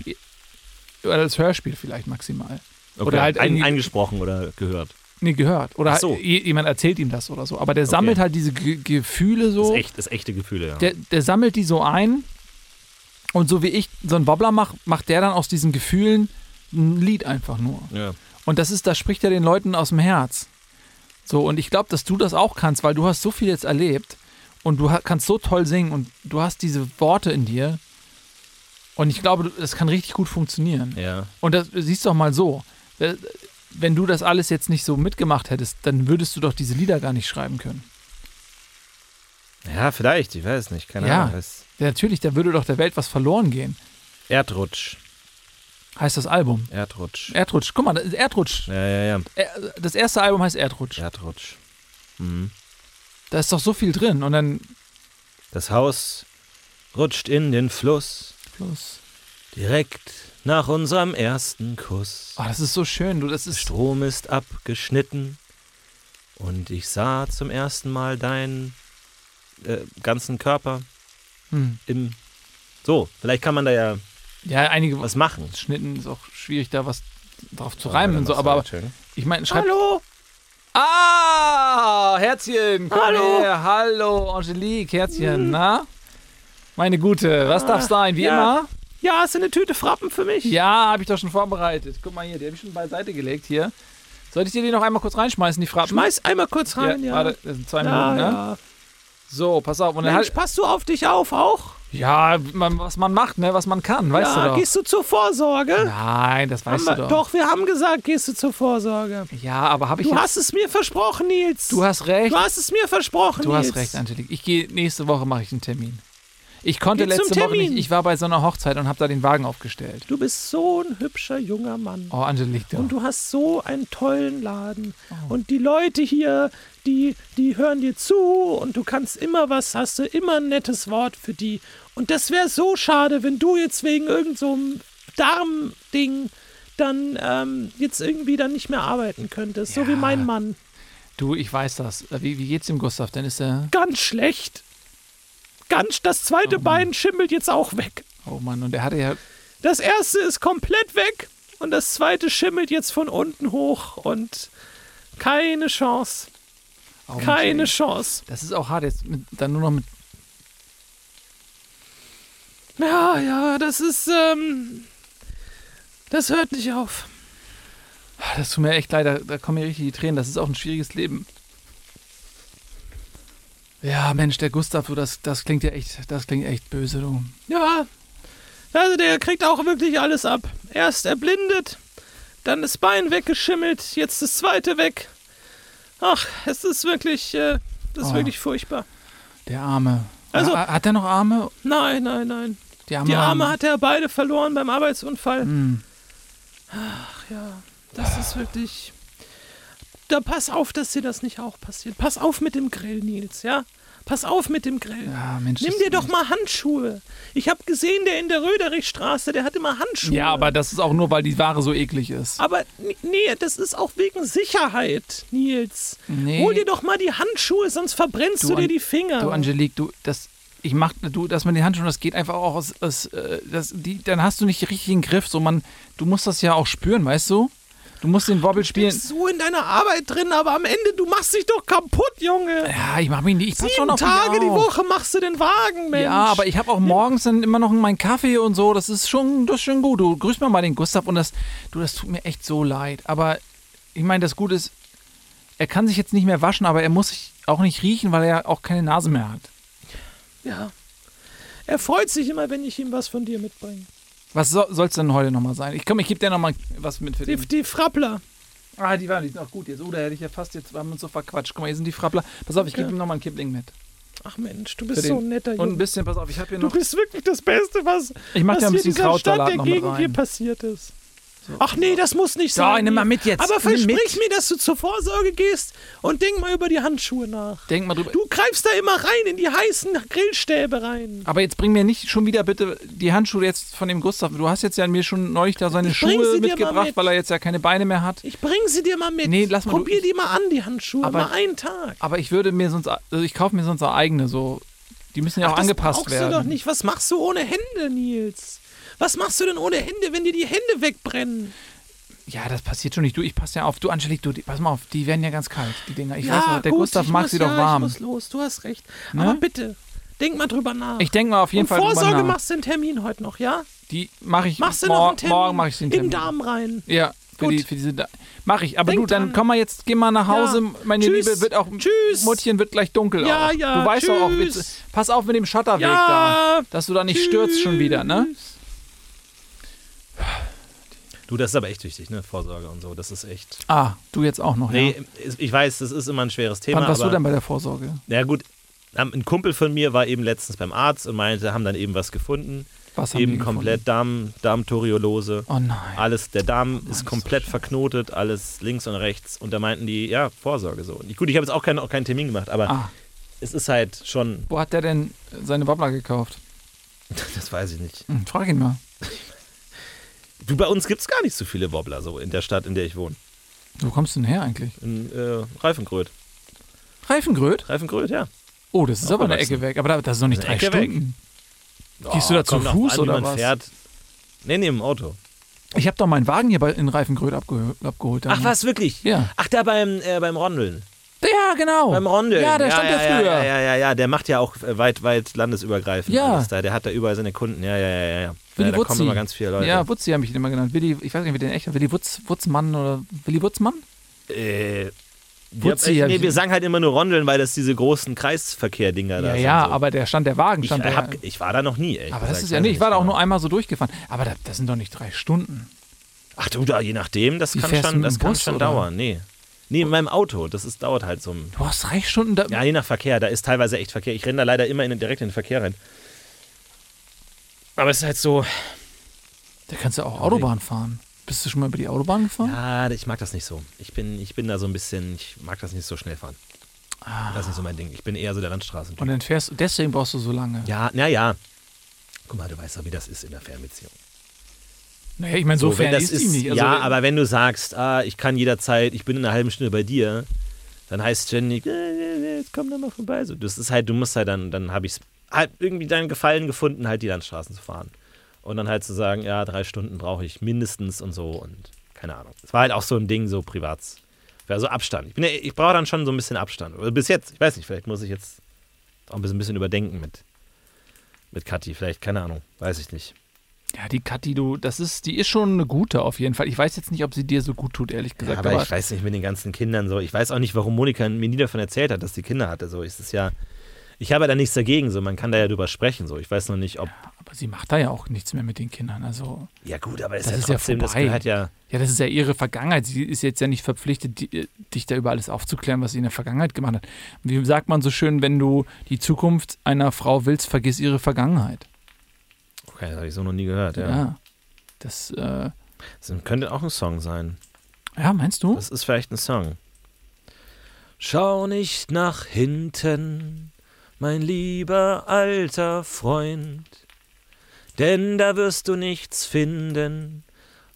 Speaker 4: oder das Hörspiel vielleicht maximal.
Speaker 3: Okay.
Speaker 4: Oder halt
Speaker 3: Ein,
Speaker 4: irgendwie-
Speaker 3: eingesprochen oder gehört.
Speaker 4: Nee, gehört. Oder
Speaker 3: Ach so.
Speaker 4: halt, je- jemand erzählt ihm das oder so. Aber der sammelt halt diese Ge Gefühle
Speaker 3: Das,
Speaker 4: so.
Speaker 3: ist echt, das ist echte Gefühle, ja.
Speaker 4: der, der sammelt die so ein und so wie ich so einen Wobbler mache, macht der dann aus diesen Gefühlen ein Lied einfach nur.
Speaker 3: ja.
Speaker 4: Und das ist, das spricht er den Leuten aus dem Herz. So, und ich glaube, dass du das auch kannst, weil du hast so viel jetzt erlebt und du ha- kannst so toll singen und du hast diese Worte in dir. Und ich glaube, du- das kann richtig gut funktionieren.
Speaker 3: ja.
Speaker 4: Und das siehst du doch mal so. Wer- Wenn du das alles jetzt nicht so mitgemacht hättest, dann würdest du doch diese Lieder gar nicht schreiben können.
Speaker 3: Ja, vielleicht, ich weiß nicht, keine
Speaker 4: Ja.
Speaker 3: Ahnung. Das
Speaker 4: Ja, natürlich, da würde doch der Welt was verloren gehen.
Speaker 3: Erdrutsch,
Speaker 4: Heißt das Album.
Speaker 3: Erdrutsch.
Speaker 4: Erdrutsch, guck mal, das ist Erdrutsch.
Speaker 3: ja, ja, ja,
Speaker 4: Er- Das erste Album heißt Erdrutsch.
Speaker 3: Erdrutsch.
Speaker 4: Da ist doch so viel drin. Und dann
Speaker 3: Das Haus rutscht in den Fluss,
Speaker 4: plus.
Speaker 3: direkt
Speaker 5: nach unserem ersten Kuss.
Speaker 4: Oh, das ist so schön, du. Das
Speaker 5: Der
Speaker 4: ist.
Speaker 5: Strom ist abgeschnitten und ich sah zum ersten Mal deinen äh, ganzen Körper
Speaker 4: Hm.
Speaker 5: im. So, vielleicht kann man da ja
Speaker 4: Ja, einige
Speaker 5: was machen.
Speaker 4: Schnitten ist auch schwierig, da was drauf zu reimen und so, aber ich meine, schreib.
Speaker 5: Hallo!
Speaker 4: Ah! Herzchen! Komm
Speaker 5: Hallo. Hm.
Speaker 4: Her. Hallo, Angelique, Herzchen, na? Meine Gute, was darf sein? Wie
Speaker 5: Ah, ja.
Speaker 4: immer?
Speaker 5: Ja, hast du eine Tüte Frappen für mich?
Speaker 4: Ja, habe ich doch schon vorbereitet. Guck mal hier, die habe ich schon beiseite gelegt hier. Sollte ich dir die noch einmal kurz reinschmeißen, die Frappen?
Speaker 5: Schmeiß einmal kurz rein, ja.
Speaker 4: Warte, das sind zwei
Speaker 5: ja,
Speaker 4: Minuten, ne?
Speaker 5: ja.
Speaker 4: So, pass auf. Und dann
Speaker 5: Mensch,
Speaker 4: halt,
Speaker 5: passt du auf dich auf auch?
Speaker 4: ja, man, was man macht, ne? Was man kann, weißt
Speaker 5: ja,
Speaker 4: du doch.
Speaker 5: gehst du zur Vorsorge?
Speaker 4: Nein, das weißt
Speaker 5: Haben
Speaker 4: du
Speaker 5: wir-
Speaker 4: doch.
Speaker 5: wir haben gesagt, gehst du zur Vorsorge.
Speaker 4: Ja, aber habe ich
Speaker 5: Du
Speaker 4: jetzt,
Speaker 5: hast es mir versprochen, Nils.
Speaker 4: Du hast recht.
Speaker 5: Du hast es mir versprochen,
Speaker 4: Du hast
Speaker 5: Nils.
Speaker 4: recht, Angelique. Ich gehe nächste Woche mache ich einen Termin. Ich konnte
Speaker 5: Geh zum
Speaker 4: letzte Woche nicht.
Speaker 5: Termin.
Speaker 4: Ich war bei so einer Hochzeit und habe da den Wagen aufgestellt.
Speaker 5: Du bist so ein hübscher junger Mann.
Speaker 4: Oh, Angelique, du.
Speaker 5: Und du hast so einen tollen Laden.
Speaker 4: Oh.
Speaker 5: Und die Leute hier, die, die hören dir zu und du kannst immer was, hast du immer ein nettes Wort für die. Und das wäre so schade, wenn du jetzt wegen irgendeinem so einem Darmding dann ähm, jetzt irgendwie dann nicht mehr arbeiten könntest. So wie
Speaker 4: Ja.
Speaker 5: mein Mann.
Speaker 4: du, ich weiß das. Äh, Wie, wie geht's dem Gustav? Dann ist er.
Speaker 5: Ganz schlecht. Ganz, das zweite Bein schimmelt jetzt auch weg.
Speaker 4: Oh Mann, und er hatte ja.
Speaker 5: Das erste ist komplett weg und das zweite schimmelt jetzt von unten hoch und keine Chance.
Speaker 4: Oh, Mensch,
Speaker 5: Keine
Speaker 4: ey.
Speaker 5: Chance.
Speaker 4: Das ist auch hart jetzt. Mit, dann nur noch mit.
Speaker 5: Ja, ja, das ist, ähm, das hört nicht auf.
Speaker 4: ah, Das tut mir echt leid. Da, da kommen mir richtig die Tränen. Das ist auch ein schwieriges Leben. Ja, Mensch, der Gustav, du, das, das klingt ja echt, das klingt echt böse, du.
Speaker 5: Ja, also der kriegt auch wirklich alles ab. Erst erblindet, dann das Bein weggeschimmelt, jetzt das zweite weg. Ach, es ist wirklich, äh, das ist
Speaker 4: Oh.
Speaker 5: wirklich furchtbar.
Speaker 4: Der Arme.
Speaker 5: Also-
Speaker 4: Ha- hat er noch Arme?
Speaker 5: Nein, nein, nein.
Speaker 4: Die Arme,
Speaker 5: Die Arme
Speaker 4: haben-
Speaker 5: hat er beide verloren beim Arbeitsunfall.
Speaker 4: Hm.
Speaker 5: Ja, das ist wirklich. Da pass auf, dass dir das nicht auch passiert. Pass auf mit dem Grill, Nils, ja? Pass auf mit dem Grill.
Speaker 4: Ja, Ah, Mensch.
Speaker 5: Nimm
Speaker 4: das-
Speaker 5: dir doch mal Handschuhe. Ich habe gesehen, der in der Röderichstraße, der hat immer Handschuhe.
Speaker 4: Ja, aber das ist auch nur, weil die Ware so eklig ist.
Speaker 5: Aber n- nee, das ist auch wegen Sicherheit, Nils.
Speaker 4: Nee.
Speaker 5: Hol dir doch mal die Handschuhe, sonst verbrennst
Speaker 4: Du
Speaker 5: du, dir
Speaker 4: An-
Speaker 5: die Finger.
Speaker 4: Du, Angelique, du, das, ich mach, du, das mit den Handschuhen, das geht einfach auch aus, aus äh, das, die, dann hast du nicht den richtigen Griff, so man, du musst das ja auch spüren, weißt du? Du musst den Wobbel
Speaker 5: du
Speaker 4: spielen.
Speaker 5: bist so in deiner Arbeit drin, aber am Ende, du machst dich doch kaputt, Junge.
Speaker 4: Ja, ich mach mich nicht, ich pass schon
Speaker 5: Sieben
Speaker 4: auf mich
Speaker 5: Tage die
Speaker 4: auf.
Speaker 5: Woche machst du den Wagen, Mensch.
Speaker 4: Ja, aber ich habe auch morgens dann immer noch meinen Kaffee und so, das ist schon, das ist schon gut. Du grüßt mir mal den Gustav und das, du, das tut mir echt so leid. Aber ich meine, das Gute ist, er kann sich jetzt nicht mehr waschen, aber er muss sich auch nicht riechen, weil er auch keine Nase mehr hat.
Speaker 5: Ja. Er freut sich immer, wenn ich ihm was von dir mitbringe.
Speaker 4: Was so, soll es denn heute nochmal sein? Ich komm, ich gebe dir nochmal was mit für
Speaker 5: Die,
Speaker 4: den.
Speaker 5: die Frappler.
Speaker 4: Ah, die waren die sind auch gut jetzt. Oh, da hätte ich ja fast jetzt, wir haben uns so verquatscht. Guck mal, hier sind die Frappler. Pass auf, ich gebe
Speaker 5: Okay.
Speaker 4: ihm nochmal einen Kippling mit.
Speaker 5: Ach Mensch, du
Speaker 4: Für
Speaker 5: bist
Speaker 4: den.
Speaker 5: so ein netter
Speaker 4: Und ein
Speaker 5: Junge.
Speaker 4: bisschen, pass auf, ich habe hier
Speaker 5: Du
Speaker 4: noch.
Speaker 5: bist wirklich das Beste, was,
Speaker 4: Ich mach
Speaker 5: was
Speaker 4: dir ein
Speaker 5: hier
Speaker 4: bisschen
Speaker 5: dieser Stadt
Speaker 4: Krautsalat
Speaker 5: der
Speaker 4: noch mit
Speaker 5: Gegend hier
Speaker 4: rein.
Speaker 5: passiert ist. Ach nee, das muss nicht
Speaker 4: Ja,
Speaker 5: sein.
Speaker 4: nimm mal mit jetzt.
Speaker 5: Aber
Speaker 4: Nimm mit.
Speaker 5: versprich mir, dass du zur Vorsorge gehst und denk mal über die Handschuhe nach.
Speaker 4: Denk mal drüber.
Speaker 5: Du greifst da immer rein in die heißen Grillstäbe rein.
Speaker 4: Aber jetzt bring mir nicht schon wieder bitte die Handschuhe jetzt von dem Gustav. Du hast jetzt ja mir schon neulich da seine
Speaker 5: Ich bring
Speaker 4: Schuhe
Speaker 5: sie dir mal
Speaker 4: mitgebracht,
Speaker 5: mit.
Speaker 4: weil er jetzt ja keine Beine mehr hat.
Speaker 5: Ich bring sie dir mal mit.
Speaker 4: Nee, lass mal, du-
Speaker 5: Probier
Speaker 4: ich-
Speaker 5: die mal an, die Handschuhe.
Speaker 4: Aber-
Speaker 5: mal einen Tag.
Speaker 4: Aber ich würde mir sonst, also ich kaufe mir sonst auch eigene so. Die müssen ja auch
Speaker 5: Ach, das
Speaker 4: angepasst
Speaker 5: brauchst
Speaker 4: werden.
Speaker 5: du doch nicht. Was machst du ohne Hände, Nils? Was machst du denn ohne Hände, wenn dir die Hände wegbrennen?
Speaker 4: Ja, das passiert schon nicht. Du, ich passe ja auf. Du, Angelique, du, die, pass mal auf, die werden ja ganz kalt, die Dinger. Ich weiß noch, der
Speaker 5: gut,
Speaker 4: Gustav
Speaker 5: ich
Speaker 4: mag
Speaker 5: muss,
Speaker 4: sie doch
Speaker 5: ja,
Speaker 4: warm.
Speaker 5: Ich muss los, du hast recht.
Speaker 4: Ne?
Speaker 5: Aber bitte, denk mal drüber nach.
Speaker 4: Ich denke mal auf jeden
Speaker 5: Und
Speaker 4: Fall drüber
Speaker 5: Vorsorge
Speaker 4: nach.
Speaker 5: machst du den Termin heute noch, ja?
Speaker 4: Die mache ich
Speaker 5: Machst du
Speaker 4: mor
Speaker 5: noch einen Termin?
Speaker 4: morgen mache ich den Termin.
Speaker 5: Im Darm rein.
Speaker 4: Ja, für,
Speaker 5: Gut.
Speaker 4: die, für diese da mache ich. Aber
Speaker 5: Denk
Speaker 4: du, dann
Speaker 5: dran.
Speaker 4: komm mal jetzt, geh mal nach Hause.
Speaker 5: Ja.
Speaker 4: Meine
Speaker 5: Tschüss.
Speaker 4: Liebe wird auch
Speaker 5: Tschüss.
Speaker 4: Muttchen wird gleich dunkel.
Speaker 5: Ja,
Speaker 4: auch.
Speaker 5: ja,
Speaker 4: Du weißt doch auch,
Speaker 5: tschüss.
Speaker 4: willst- pass auf mit dem Schotterweg
Speaker 5: Ja,
Speaker 4: da, dass du da nicht stürzt schon wieder, ne?
Speaker 5: Du, das ist aber echt wichtig, ne? Vorsorge und so. Das ist echt.
Speaker 4: Ah, du jetzt auch noch. ja.
Speaker 5: Nee, ich weiß, das ist immer ein schweres Thema.
Speaker 4: Wann warst
Speaker 5: aber
Speaker 4: du denn bei der Vorsorge?
Speaker 5: Na ja, gut, ähm, ein Kumpel von mir war eben letztens beim Arzt und meinte, haben dann eben was gefunden.
Speaker 4: Was haben die
Speaker 5: eben
Speaker 4: gefunden?
Speaker 5: komplett Darm, Darmtoriolose.
Speaker 4: Oh nein.
Speaker 5: Alles, der Darm ist
Speaker 4: so
Speaker 5: komplett verknotet, alles links und rechts. Und da meinten die, ja, Vorsorge so. Und ich, gut, ich habe jetzt auch keinen, auch keinen Termin gemacht, aber
Speaker 4: Ah,
Speaker 5: es ist halt schon, [LAUGHS]
Speaker 4: wo hat der denn seine Wobbler gekauft?
Speaker 5: das weiß ich nicht.
Speaker 4: Hm, frag ihn mal.
Speaker 3: Du, bei uns gibt es gar nicht so viele Wobbler so in der Stadt, in der ich wohne.
Speaker 4: Wo kommst du denn her eigentlich?
Speaker 3: In äh, Reifengröd.
Speaker 4: Reifengröd?
Speaker 3: Reifengröd, ja.
Speaker 4: Oh, das ist aber eine
Speaker 3: Aufgewachsen.
Speaker 4: Ecke weg. Aber da, das ist noch nicht
Speaker 3: Eine
Speaker 4: drei
Speaker 3: Ecke weg.
Speaker 4: Stunden. Gehst du da zu
Speaker 3: kommt drauf
Speaker 4: Fuß
Speaker 3: an, wie
Speaker 4: oder
Speaker 3: man
Speaker 4: was?
Speaker 3: Fährt. Nee, nee, im Auto.
Speaker 4: Ich habe doch meinen Wagen hier bei, in Reifengröd abgehö- abgeholt.
Speaker 3: Ach
Speaker 4: damals.
Speaker 3: was, wirklich?
Speaker 4: Ja.
Speaker 3: Ach, da beim, äh, beim Rondeln.
Speaker 4: Ja, genau.
Speaker 3: Beim Rondeln.
Speaker 4: Ja, der stand
Speaker 3: ja,
Speaker 4: ja,
Speaker 3: ja,
Speaker 4: früher.
Speaker 3: Ja, ja, ja, ja, der macht ja auch äh, weit, weit landesübergreifend.
Speaker 4: Ja.
Speaker 3: Alles da. Der hat da überall seine Kunden. Ja, ja, ja, ja, ja.
Speaker 4: Willi
Speaker 3: ja da
Speaker 4: Wutzi.
Speaker 3: kommen immer ganz viele Leute.
Speaker 4: Ja, Wutzi haben mich den immer genannt. Willi, ich weiß nicht, wie den echt Willi Wutz, Wutzmann oder Willi Wutzmann?
Speaker 3: Äh, wir,
Speaker 4: Wutzi,
Speaker 3: haben
Speaker 4: hab
Speaker 3: echt, nee,
Speaker 4: ich-
Speaker 3: wir sagen halt immer nur Rondeln, weil das diese großen Kreisverkehrdinger da
Speaker 4: ja,
Speaker 3: sind.
Speaker 4: ja,
Speaker 3: so.
Speaker 4: aber der stand der Wagen
Speaker 3: ich,
Speaker 4: stand
Speaker 3: äh,
Speaker 4: da.
Speaker 3: hab, ich war da noch nie, ehrlich
Speaker 4: aber das
Speaker 3: gesagt.
Speaker 4: ist ja
Speaker 3: Weiß
Speaker 4: nicht. Ich war da auch
Speaker 3: genau.
Speaker 4: nur einmal so durchgefahren. Aber da, das sind doch nicht drei Stunden.
Speaker 3: Ach du, da, je nachdem, das
Speaker 4: Wie
Speaker 3: kann
Speaker 4: fährst du
Speaker 3: schon,
Speaker 4: mit
Speaker 3: das
Speaker 4: dem
Speaker 3: kann
Speaker 4: Bus,
Speaker 3: schon
Speaker 4: oder?
Speaker 3: dauern. Nee. Nee, in meinem Auto. Das ist, dauert halt so ein.
Speaker 4: Du hast drei Stunden da.
Speaker 3: Ja, je nach Verkehr. Da ist teilweise echt Verkehr. Ich renne da leider immer in, den- direkt in den Verkehr rein. Aber es ist halt so.
Speaker 4: Da kannst du auch Autobahn fahren. Bist du schon mal über die Autobahn gefahren?
Speaker 3: Ja, Ah, ich mag das nicht so. Ich bin, ich bin da so ein bisschen. Ich mag das nicht so schnell fahren. Das ist nicht so mein Ding. Ich bin eher so der
Speaker 4: Und
Speaker 3: Landstraßentyp.
Speaker 4: dann fährst du, deswegen brauchst du so lange.
Speaker 3: Ja, naja. Guck mal, du weißt doch, wie das ist in der Fernbeziehung.
Speaker 4: Naja, ich meine, so,
Speaker 3: wenn
Speaker 4: fern ist, die nicht. Also,
Speaker 3: ja, aber wenn du sagst, ah, ich kann jederzeit, ich bin in einer halben Stunde bei dir, dann heißt Jen nicht, äh, äh, äh, jetzt komm doch mal vorbei. So, das ist halt, du musst halt dann, dann habe ich halt irgendwie deinen Gefallen gefunden, halt die Landstraßen zu fahren. Und dann halt zu sagen, ja, drei Stunden brauche ich mindestens und so und keine Ahnung. Es war halt auch so ein Ding, so privat. Also Abstand. Ich, bin ja, ich brauche dann schon so ein bisschen Abstand. Oder Bis jetzt, ich weiß nicht, vielleicht muss ich jetzt auch ein bisschen, ein bisschen überdenken mit, mit Kathi. Vielleicht, keine Ahnung, weiß ich nicht.
Speaker 4: Ja, die Kathi, du, das ist, die ist schon eine gute auf jeden Fall. Ich weiß jetzt nicht, ob sie dir so gut tut, ehrlich gesagt.
Speaker 3: Ja, aber, ich weiß nicht mit den ganzen Kindern so. Ich weiß auch nicht, warum Monika mir nie davon erzählt hat, dass sie Kinder hatte. So ist es ja. Ich habe da nichts dagegen. So, man kann da ja drüber sprechen. So, ich weiß noch nicht, ob.
Speaker 4: aber sie macht da ja auch nichts mehr mit den Kindern. Also,
Speaker 3: Ja gut, aber ist
Speaker 4: Das
Speaker 3: ja
Speaker 4: ist ja
Speaker 3: trotzdem, das
Speaker 4: vorbei.
Speaker 3: gehört ja.
Speaker 4: ja, das ist ja ihre Vergangenheit. Sie ist jetzt ja nicht verpflichtet, die, dich da über alles aufzuklären, was sie in der Vergangenheit gemacht hat. Wie sagt man so schön, wenn du die Zukunft einer Frau willst, vergiss ihre Vergangenheit.
Speaker 3: Okay, das habe ich so noch nie gehört. Ja.
Speaker 4: Das, äh,
Speaker 3: Das könnte auch ein Song sein.
Speaker 4: ja, meinst du?
Speaker 3: Das ist vielleicht ein Song. Schau nicht nach hinten, mein lieber alter Freund, denn da wirst du nichts finden,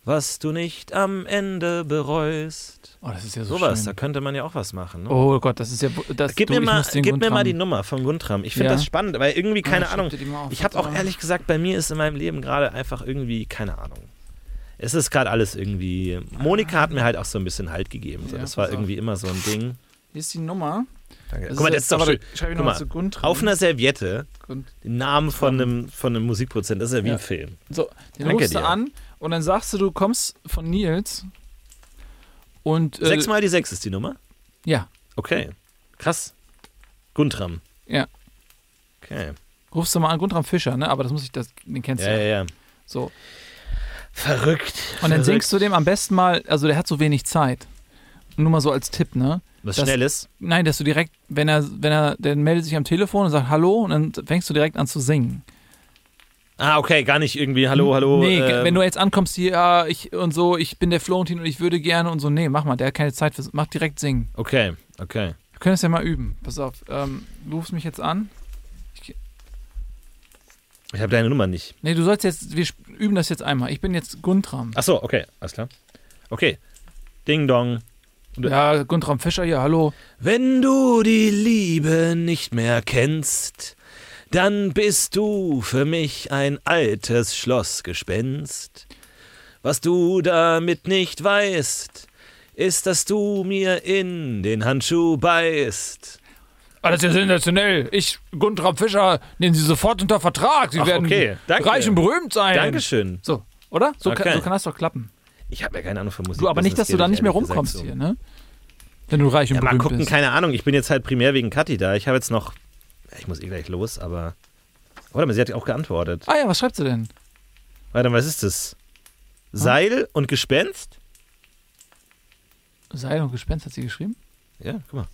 Speaker 3: was du nicht am Ende bereust.
Speaker 4: oh, das ist ja so
Speaker 3: Sowas, da
Speaker 4: schön.
Speaker 3: könnte man ja auch was machen. Ne?
Speaker 4: Oh Gott, das ist ja. Das,
Speaker 3: gib
Speaker 4: du,
Speaker 3: mir,
Speaker 4: ich
Speaker 3: mal,
Speaker 4: muss den
Speaker 3: gib
Speaker 4: Grund
Speaker 3: mir mal
Speaker 4: haben.
Speaker 3: die Nummer von Guntram. Ich finde
Speaker 4: Ja.
Speaker 3: das spannend, weil irgendwie, keine
Speaker 4: Ja,
Speaker 3: Ahnung,
Speaker 4: schreib dir die mal auf,
Speaker 3: ich habe
Speaker 4: warte
Speaker 3: auch
Speaker 4: mal.
Speaker 3: ehrlich gesagt, bei mir ist in meinem Leben gerade einfach irgendwie, keine Ahnung. Es ist gerade alles irgendwie. Monika hat mir halt auch so ein bisschen Halt gegeben. So.
Speaker 4: Ja,
Speaker 3: das war
Speaker 4: pass auf.
Speaker 3: irgendwie immer so ein Ding.
Speaker 4: Hier ist die Nummer.
Speaker 3: Danke.
Speaker 4: Das
Speaker 3: Guck mal, das
Speaker 4: jetzt-
Speaker 3: ist doch
Speaker 4: aber
Speaker 3: schön.
Speaker 4: da- Schreib ich
Speaker 3: Guck
Speaker 4: nochmal
Speaker 3: mal,
Speaker 4: zu Grund
Speaker 3: auf einer Serviette
Speaker 4: Grund.
Speaker 3: den Namen von einem, von einem Musikprozent. Das ist ja wie
Speaker 4: Ja.
Speaker 3: ein Film.
Speaker 4: So, den
Speaker 3: Danke
Speaker 4: rufst du
Speaker 3: dir.
Speaker 4: an und dann sagst du, du kommst von Nils. Und. Äh,
Speaker 3: Sechs mal die Sechs ist die Nummer?
Speaker 4: Ja,
Speaker 3: Okay. Krass. Guntram.
Speaker 4: ja.
Speaker 3: Okay.
Speaker 4: Rufst du mal an Guntram Fischer, ne? Aber das muss ich, das, den kennst
Speaker 3: Ja,
Speaker 4: du
Speaker 3: ja,
Speaker 4: ja.
Speaker 3: ja.
Speaker 4: So.
Speaker 3: Verrückt.
Speaker 4: Und dann
Speaker 3: verrückt.
Speaker 4: singst du dem am besten mal, also der hat so wenig Zeit. Nur mal so als Tipp, ne?
Speaker 3: Was
Speaker 4: das-
Speaker 3: Schnelles.
Speaker 4: Nein, dass du direkt, wenn er, wenn er, dann meldet sich am Telefon und sagt Hallo und dann fängst du direkt an zu singen.
Speaker 3: Ah, okay, gar nicht irgendwie, hallo, hallo.
Speaker 4: nee,
Speaker 3: ähm,
Speaker 4: wenn du jetzt ankommst hier, ja, ich und so, ich bin der Florentin und ich würde gerne und so, nee, mach mal, der hat keine Zeit für, mach direkt singen.
Speaker 3: Okay, okay.
Speaker 4: Wir können es ja mal üben. Pass auf, ähm, du rufst mich jetzt an.
Speaker 3: Ich habe deine Nummer nicht.
Speaker 4: Nee, du sollst jetzt, wir sp- üben das jetzt einmal. Ich bin jetzt Guntram.
Speaker 3: Ach so, okay, alles klar. Okay. Ding dong.
Speaker 4: Ja, Guntram Fischer hier, hallo.
Speaker 3: Wenn du die Liebe nicht mehr kennst, dann bist du für mich ein altes Schlossgespenst. Was du damit nicht weißt, ist, dass du mir in den Handschuh beißt.
Speaker 4: Ah, das ist ja sensationell. Ich, Guntram Fischer, nehmen Sie sofort unter Vertrag. Sie
Speaker 3: Ach,
Speaker 4: werden
Speaker 3: okay. Danke.
Speaker 4: reich und berühmt sein.
Speaker 3: Ähm, Dankeschön.
Speaker 4: So, oder? So,
Speaker 3: Okay.
Speaker 4: kann, so kann das doch klappen.
Speaker 3: Ich habe ja keine Ahnung von Musik.
Speaker 4: Du, aber nicht, dass du da nicht mehr rumkommst hier, ne? Wenn du reich und
Speaker 3: Ja, mal
Speaker 4: berühmt
Speaker 3: gucken,
Speaker 4: bist.
Speaker 3: keine Ahnung. Ich bin jetzt halt primär wegen Kathi da. Ich habe jetzt noch. Ich muss eh gleich los, aber. Warte mal, sie hat auch geantwortet.
Speaker 4: Ah ja, was schreibst du denn?
Speaker 3: Warte mal, was ist das? Seil und Gespenst?
Speaker 4: Seil und Gespenst hat sie geschrieben?
Speaker 3: Ja, guck mal.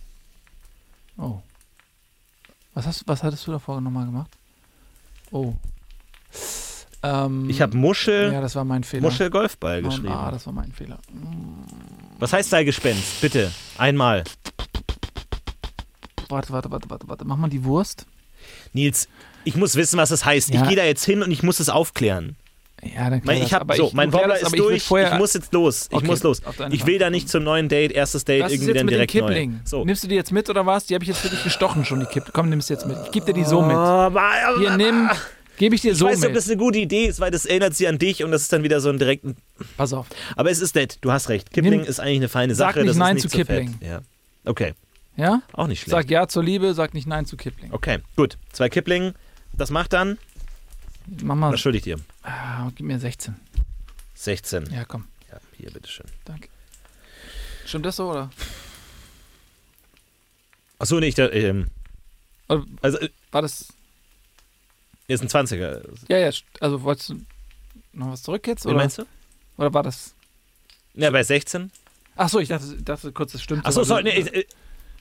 Speaker 4: Oh. Was, hast, was hattest du davor nochmal gemacht? Oh. Ähm,
Speaker 3: Ich habe Muschel,
Speaker 4: Ja, das war mein Fehler.
Speaker 3: Muschel-Golfball
Speaker 4: Oh,
Speaker 3: geschrieben.
Speaker 4: Ah, das war mein Fehler.
Speaker 3: was heißt Seilgespenst? Bitte, einmal.
Speaker 4: Warte, warte, warte, warte, warte. Mach mal die Wurst.
Speaker 3: Nils, ich muss wissen, was das heißt.
Speaker 4: Ja.
Speaker 3: Ich gehe da jetzt hin und ich muss es aufklären.
Speaker 4: Ja, dann
Speaker 3: Mein,
Speaker 4: klär
Speaker 3: ich
Speaker 4: das.
Speaker 3: hab,
Speaker 4: Aber
Speaker 3: so,
Speaker 4: ich-
Speaker 3: mein
Speaker 4: du klär
Speaker 3: Wobbler
Speaker 4: das,
Speaker 3: ist
Speaker 4: aber
Speaker 3: durch.
Speaker 4: Ich, will
Speaker 3: Ich,
Speaker 4: vorher,
Speaker 3: muss jetzt los. Ich
Speaker 4: Okay,
Speaker 3: muss los.
Speaker 4: auf deine
Speaker 3: Ich will
Speaker 4: Frage.
Speaker 3: da nicht zum neuen Date, erstes Date,
Speaker 4: Was ist
Speaker 3: irgendwie
Speaker 4: jetzt
Speaker 3: dann
Speaker 4: mit dem
Speaker 3: direkt neu.
Speaker 4: Kipling?
Speaker 3: So.
Speaker 4: Nimmst du die jetzt mit oder was? Die habe ich jetzt wirklich gestochen schon, die Kipp. Komm, nimm's jetzt mit. Ich gebe dir die so mit.
Speaker 3: Oh, aber-
Speaker 4: Hier, nimm. Gebe ich dir
Speaker 3: Ich
Speaker 4: so
Speaker 3: weiß nicht, ob
Speaker 4: mit.
Speaker 3: das eine gute Idee ist, weil das erinnert sie an dich und das ist dann wieder so ein direkten.
Speaker 4: Pass auf.
Speaker 3: Aber es ist nett, du hast recht. Kipling
Speaker 4: Nimm-
Speaker 3: ist eigentlich eine feine
Speaker 4: Sag
Speaker 3: Sache.
Speaker 4: nicht
Speaker 3: das
Speaker 4: Nein
Speaker 3: ist
Speaker 4: zu
Speaker 3: nicht so fett.
Speaker 4: Kipling.
Speaker 3: Ja. Okay,
Speaker 4: Ja?
Speaker 3: auch nicht schlecht.
Speaker 4: Sag ja zur Liebe, sag nicht nein zu Kipling.
Speaker 3: Okay, gut. Zwei Kipling, das macht dann,
Speaker 4: Mach mal.
Speaker 3: das schulde ich dir.
Speaker 4: Ah, gib mir 16.
Speaker 3: 16. Ja.
Speaker 4: Ja, komm.
Speaker 3: hier, bitteschön.
Speaker 4: Danke. Stimmt das so, oder?
Speaker 3: Achso, nee, ich, da- ähm,
Speaker 4: Also,
Speaker 3: also äh,
Speaker 4: War das.
Speaker 3: hier ist ein 20er.
Speaker 4: Ja, ja. st- Also wolltest du noch was zurück jetzt?
Speaker 3: Wie
Speaker 4: Oder,
Speaker 3: meinst du?
Speaker 4: oder war das.
Speaker 3: Ja, bei 16.
Speaker 4: Achso, ich dachte, dachte kurz, das stimmt.
Speaker 3: Achso,
Speaker 4: weil,
Speaker 3: sorry,
Speaker 4: du-
Speaker 3: nee, ich-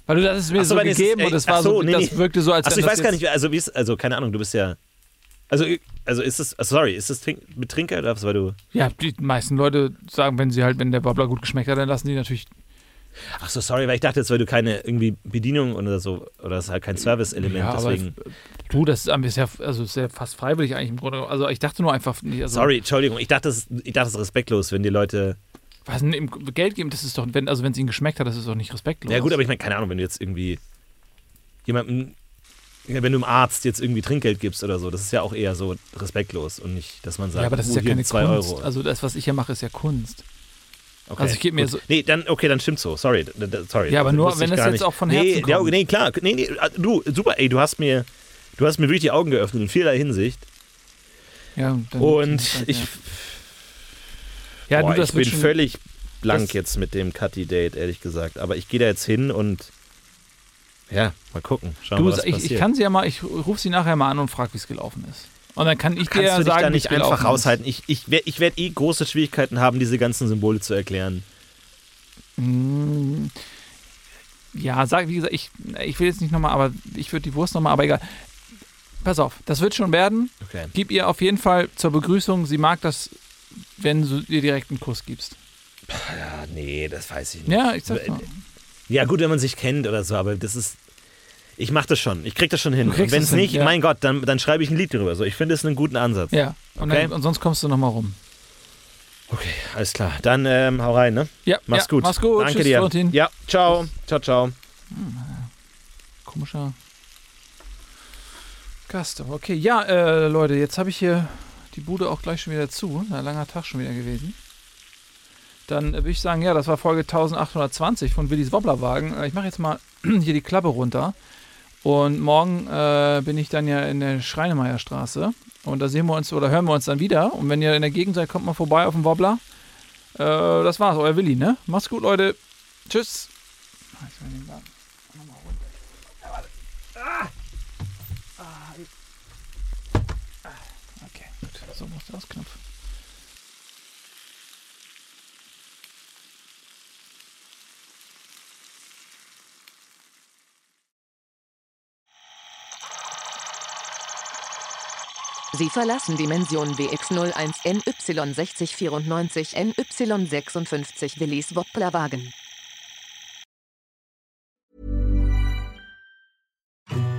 Speaker 4: weil du das ist mir
Speaker 3: Ach so,
Speaker 4: so
Speaker 3: wenn es-
Speaker 4: gegeben
Speaker 3: ey,
Speaker 4: und das
Speaker 3: ach
Speaker 4: war so,
Speaker 3: so, nee,
Speaker 4: das
Speaker 3: nee.
Speaker 4: wirkte so, als
Speaker 3: Achso, ich
Speaker 4: wenn das
Speaker 3: weiß gar
Speaker 4: jetzt-
Speaker 3: nicht, also, wie ist, also keine Ahnung, du bist ja. Also, äh, also ist es, ah, sorry, ist es Trink mit Trinker oder was, weil du.
Speaker 4: Ja, die meisten Leute sagen, wenn sie halt, wenn der Wobbler gut geschmeckt hat, dann lassen die natürlich.
Speaker 3: Achso, sorry, weil ich dachte jetzt, weil du keine irgendwie Bedienung oder so, oder es ist halt kein Service-Element,
Speaker 4: ja,
Speaker 3: deswegen.
Speaker 4: aber äh, du, das ist am bisher, also ist ja fast freiwillig eigentlich im Grunde. Also ich dachte nur einfach, nee, also,
Speaker 3: Sorry, Entschuldigung, ich dachte, es, ich dachte, es ist respektlos, wenn die Leute.
Speaker 4: Was denn im Geld geben, das ist doch, wenn, also wenn es ihnen geschmeckt hat, das ist doch nicht respektlos.
Speaker 3: Ja, gut, aber ich meine, keine Ahnung, wenn du jetzt irgendwie jemandem, ja, wenn du einem Arzt jetzt irgendwie Trinkgeld gibst oder so, das ist ja auch eher so respektlos und nicht, dass man sagt,
Speaker 4: ja, aber das ist
Speaker 3: oh,
Speaker 4: ja
Speaker 3: hier
Speaker 4: keine
Speaker 3: zwei
Speaker 4: Kunst.
Speaker 3: Euro.
Speaker 4: Also das, was ich hier mache, ist ja Kunst.
Speaker 3: Okay,
Speaker 4: also ich geb mir
Speaker 3: gut.
Speaker 4: so-
Speaker 3: Nee, dann, okay, dann stimmt so, sorry, d- d- sorry.
Speaker 4: Ja, aber
Speaker 3: das
Speaker 4: nur,
Speaker 3: wusste ich
Speaker 4: wenn das
Speaker 3: gar
Speaker 4: jetzt
Speaker 3: nicht.
Speaker 4: auch von
Speaker 3: nee,
Speaker 4: Herzen
Speaker 3: ja,
Speaker 4: kommt.
Speaker 3: Nee, klar, nee, nee, ah, du, super, ey, du hast mir, du hast mir wirklich die Augen geöffnet in vielerlei Hinsicht
Speaker 4: Ja, dann-
Speaker 3: und ich,
Speaker 4: ja,
Speaker 3: boah,
Speaker 4: du, das
Speaker 3: ich
Speaker 4: wird
Speaker 3: bin
Speaker 4: schon,
Speaker 3: völlig
Speaker 4: das-
Speaker 3: blank jetzt mit dem Cutty-Date, ehrlich gesagt, aber ich gehe da jetzt hin und ja, mal gucken, schauen wir
Speaker 4: Du,
Speaker 3: mal, was
Speaker 4: ich,
Speaker 3: passiert.
Speaker 4: ich kann sie ja mal, ich rufe sie nachher mal an und frage, wie es gelaufen ist. Und dann kann ich dir
Speaker 3: Kannst
Speaker 4: ja
Speaker 3: du dich
Speaker 4: sagen,
Speaker 3: da
Speaker 4: wie's
Speaker 3: nicht einfach
Speaker 4: gelaufen
Speaker 3: raushalten? Ich, ich, wer- ich werde eh große Schwierigkeiten haben, diese ganzen Symbole zu erklären.
Speaker 4: Ist. Mm. Ja, sag, wie gesagt, ich, ich will jetzt nicht nochmal, aber ich würde die Wurst nochmal, aber egal. Pass auf, das wird schon werden.
Speaker 3: Okay.
Speaker 4: Gib ihr auf jeden Fall zur Begrüßung, sie mag das, wenn du ihr direkt einen Kuss gibst.
Speaker 3: Ja, nee, das weiß ich nicht.
Speaker 4: Ja, ich sag's mal.
Speaker 3: Ja, gut, wenn man sich kennt oder so, aber das ist. Ich mache das schon. Ich krieg das schon hin.
Speaker 4: kriegst
Speaker 3: Und Wenn es
Speaker 4: das hin,
Speaker 3: nicht,
Speaker 4: ja.
Speaker 3: mein Gott, dann, dann schreibe ich ein Lied drüber. So, ich finde es einen guten Ansatz.
Speaker 4: Ja, und,
Speaker 3: Okay.
Speaker 4: dann, und sonst kommst du nochmal rum.
Speaker 3: Okay, alles klar. Dann ähm, hau rein, ne?
Speaker 4: Ja,
Speaker 3: Mach's
Speaker 4: ja,
Speaker 3: gut.
Speaker 4: Mach's gut.
Speaker 3: Danke
Speaker 4: Tschüss,
Speaker 3: dir.
Speaker 4: Florentin.
Speaker 3: Ja, ciao. Ciao, ciao.
Speaker 4: Komischer Gast. aber Okay, ja, äh, Leute, jetzt habe ich hier die Bude auch gleich schon wieder zu. Ein langer Tag schon wieder gewesen. Dann äh, würde ich sagen, ja, das war Folge 1820 von Willis Wobblerwagen. Äh, Ich mache jetzt mal [CLEARS THROAT] hier die Klappe runter. Und morgen äh, bin ich dann ja in der Schreinemeierstraße. Und da sehen wir uns oder hören wir uns dann wieder. Und wenn ihr in der Gegend seid, kommt mal vorbei auf den Wobbler. Äh, das war's, euer Willi, ne? Macht's gut, Leute. Tschüss. Ah, jetzt will ich den Wagen nochmal runter. Okay, gut. So muss der Ausknopf.
Speaker 2: Sie verlassen Dimension WX01 NY6094 NY56 Willis Wobblerwagen.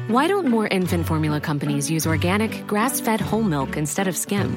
Speaker 6: Why don't more infant formula companies use organic, grass fed whole milk instead of skim?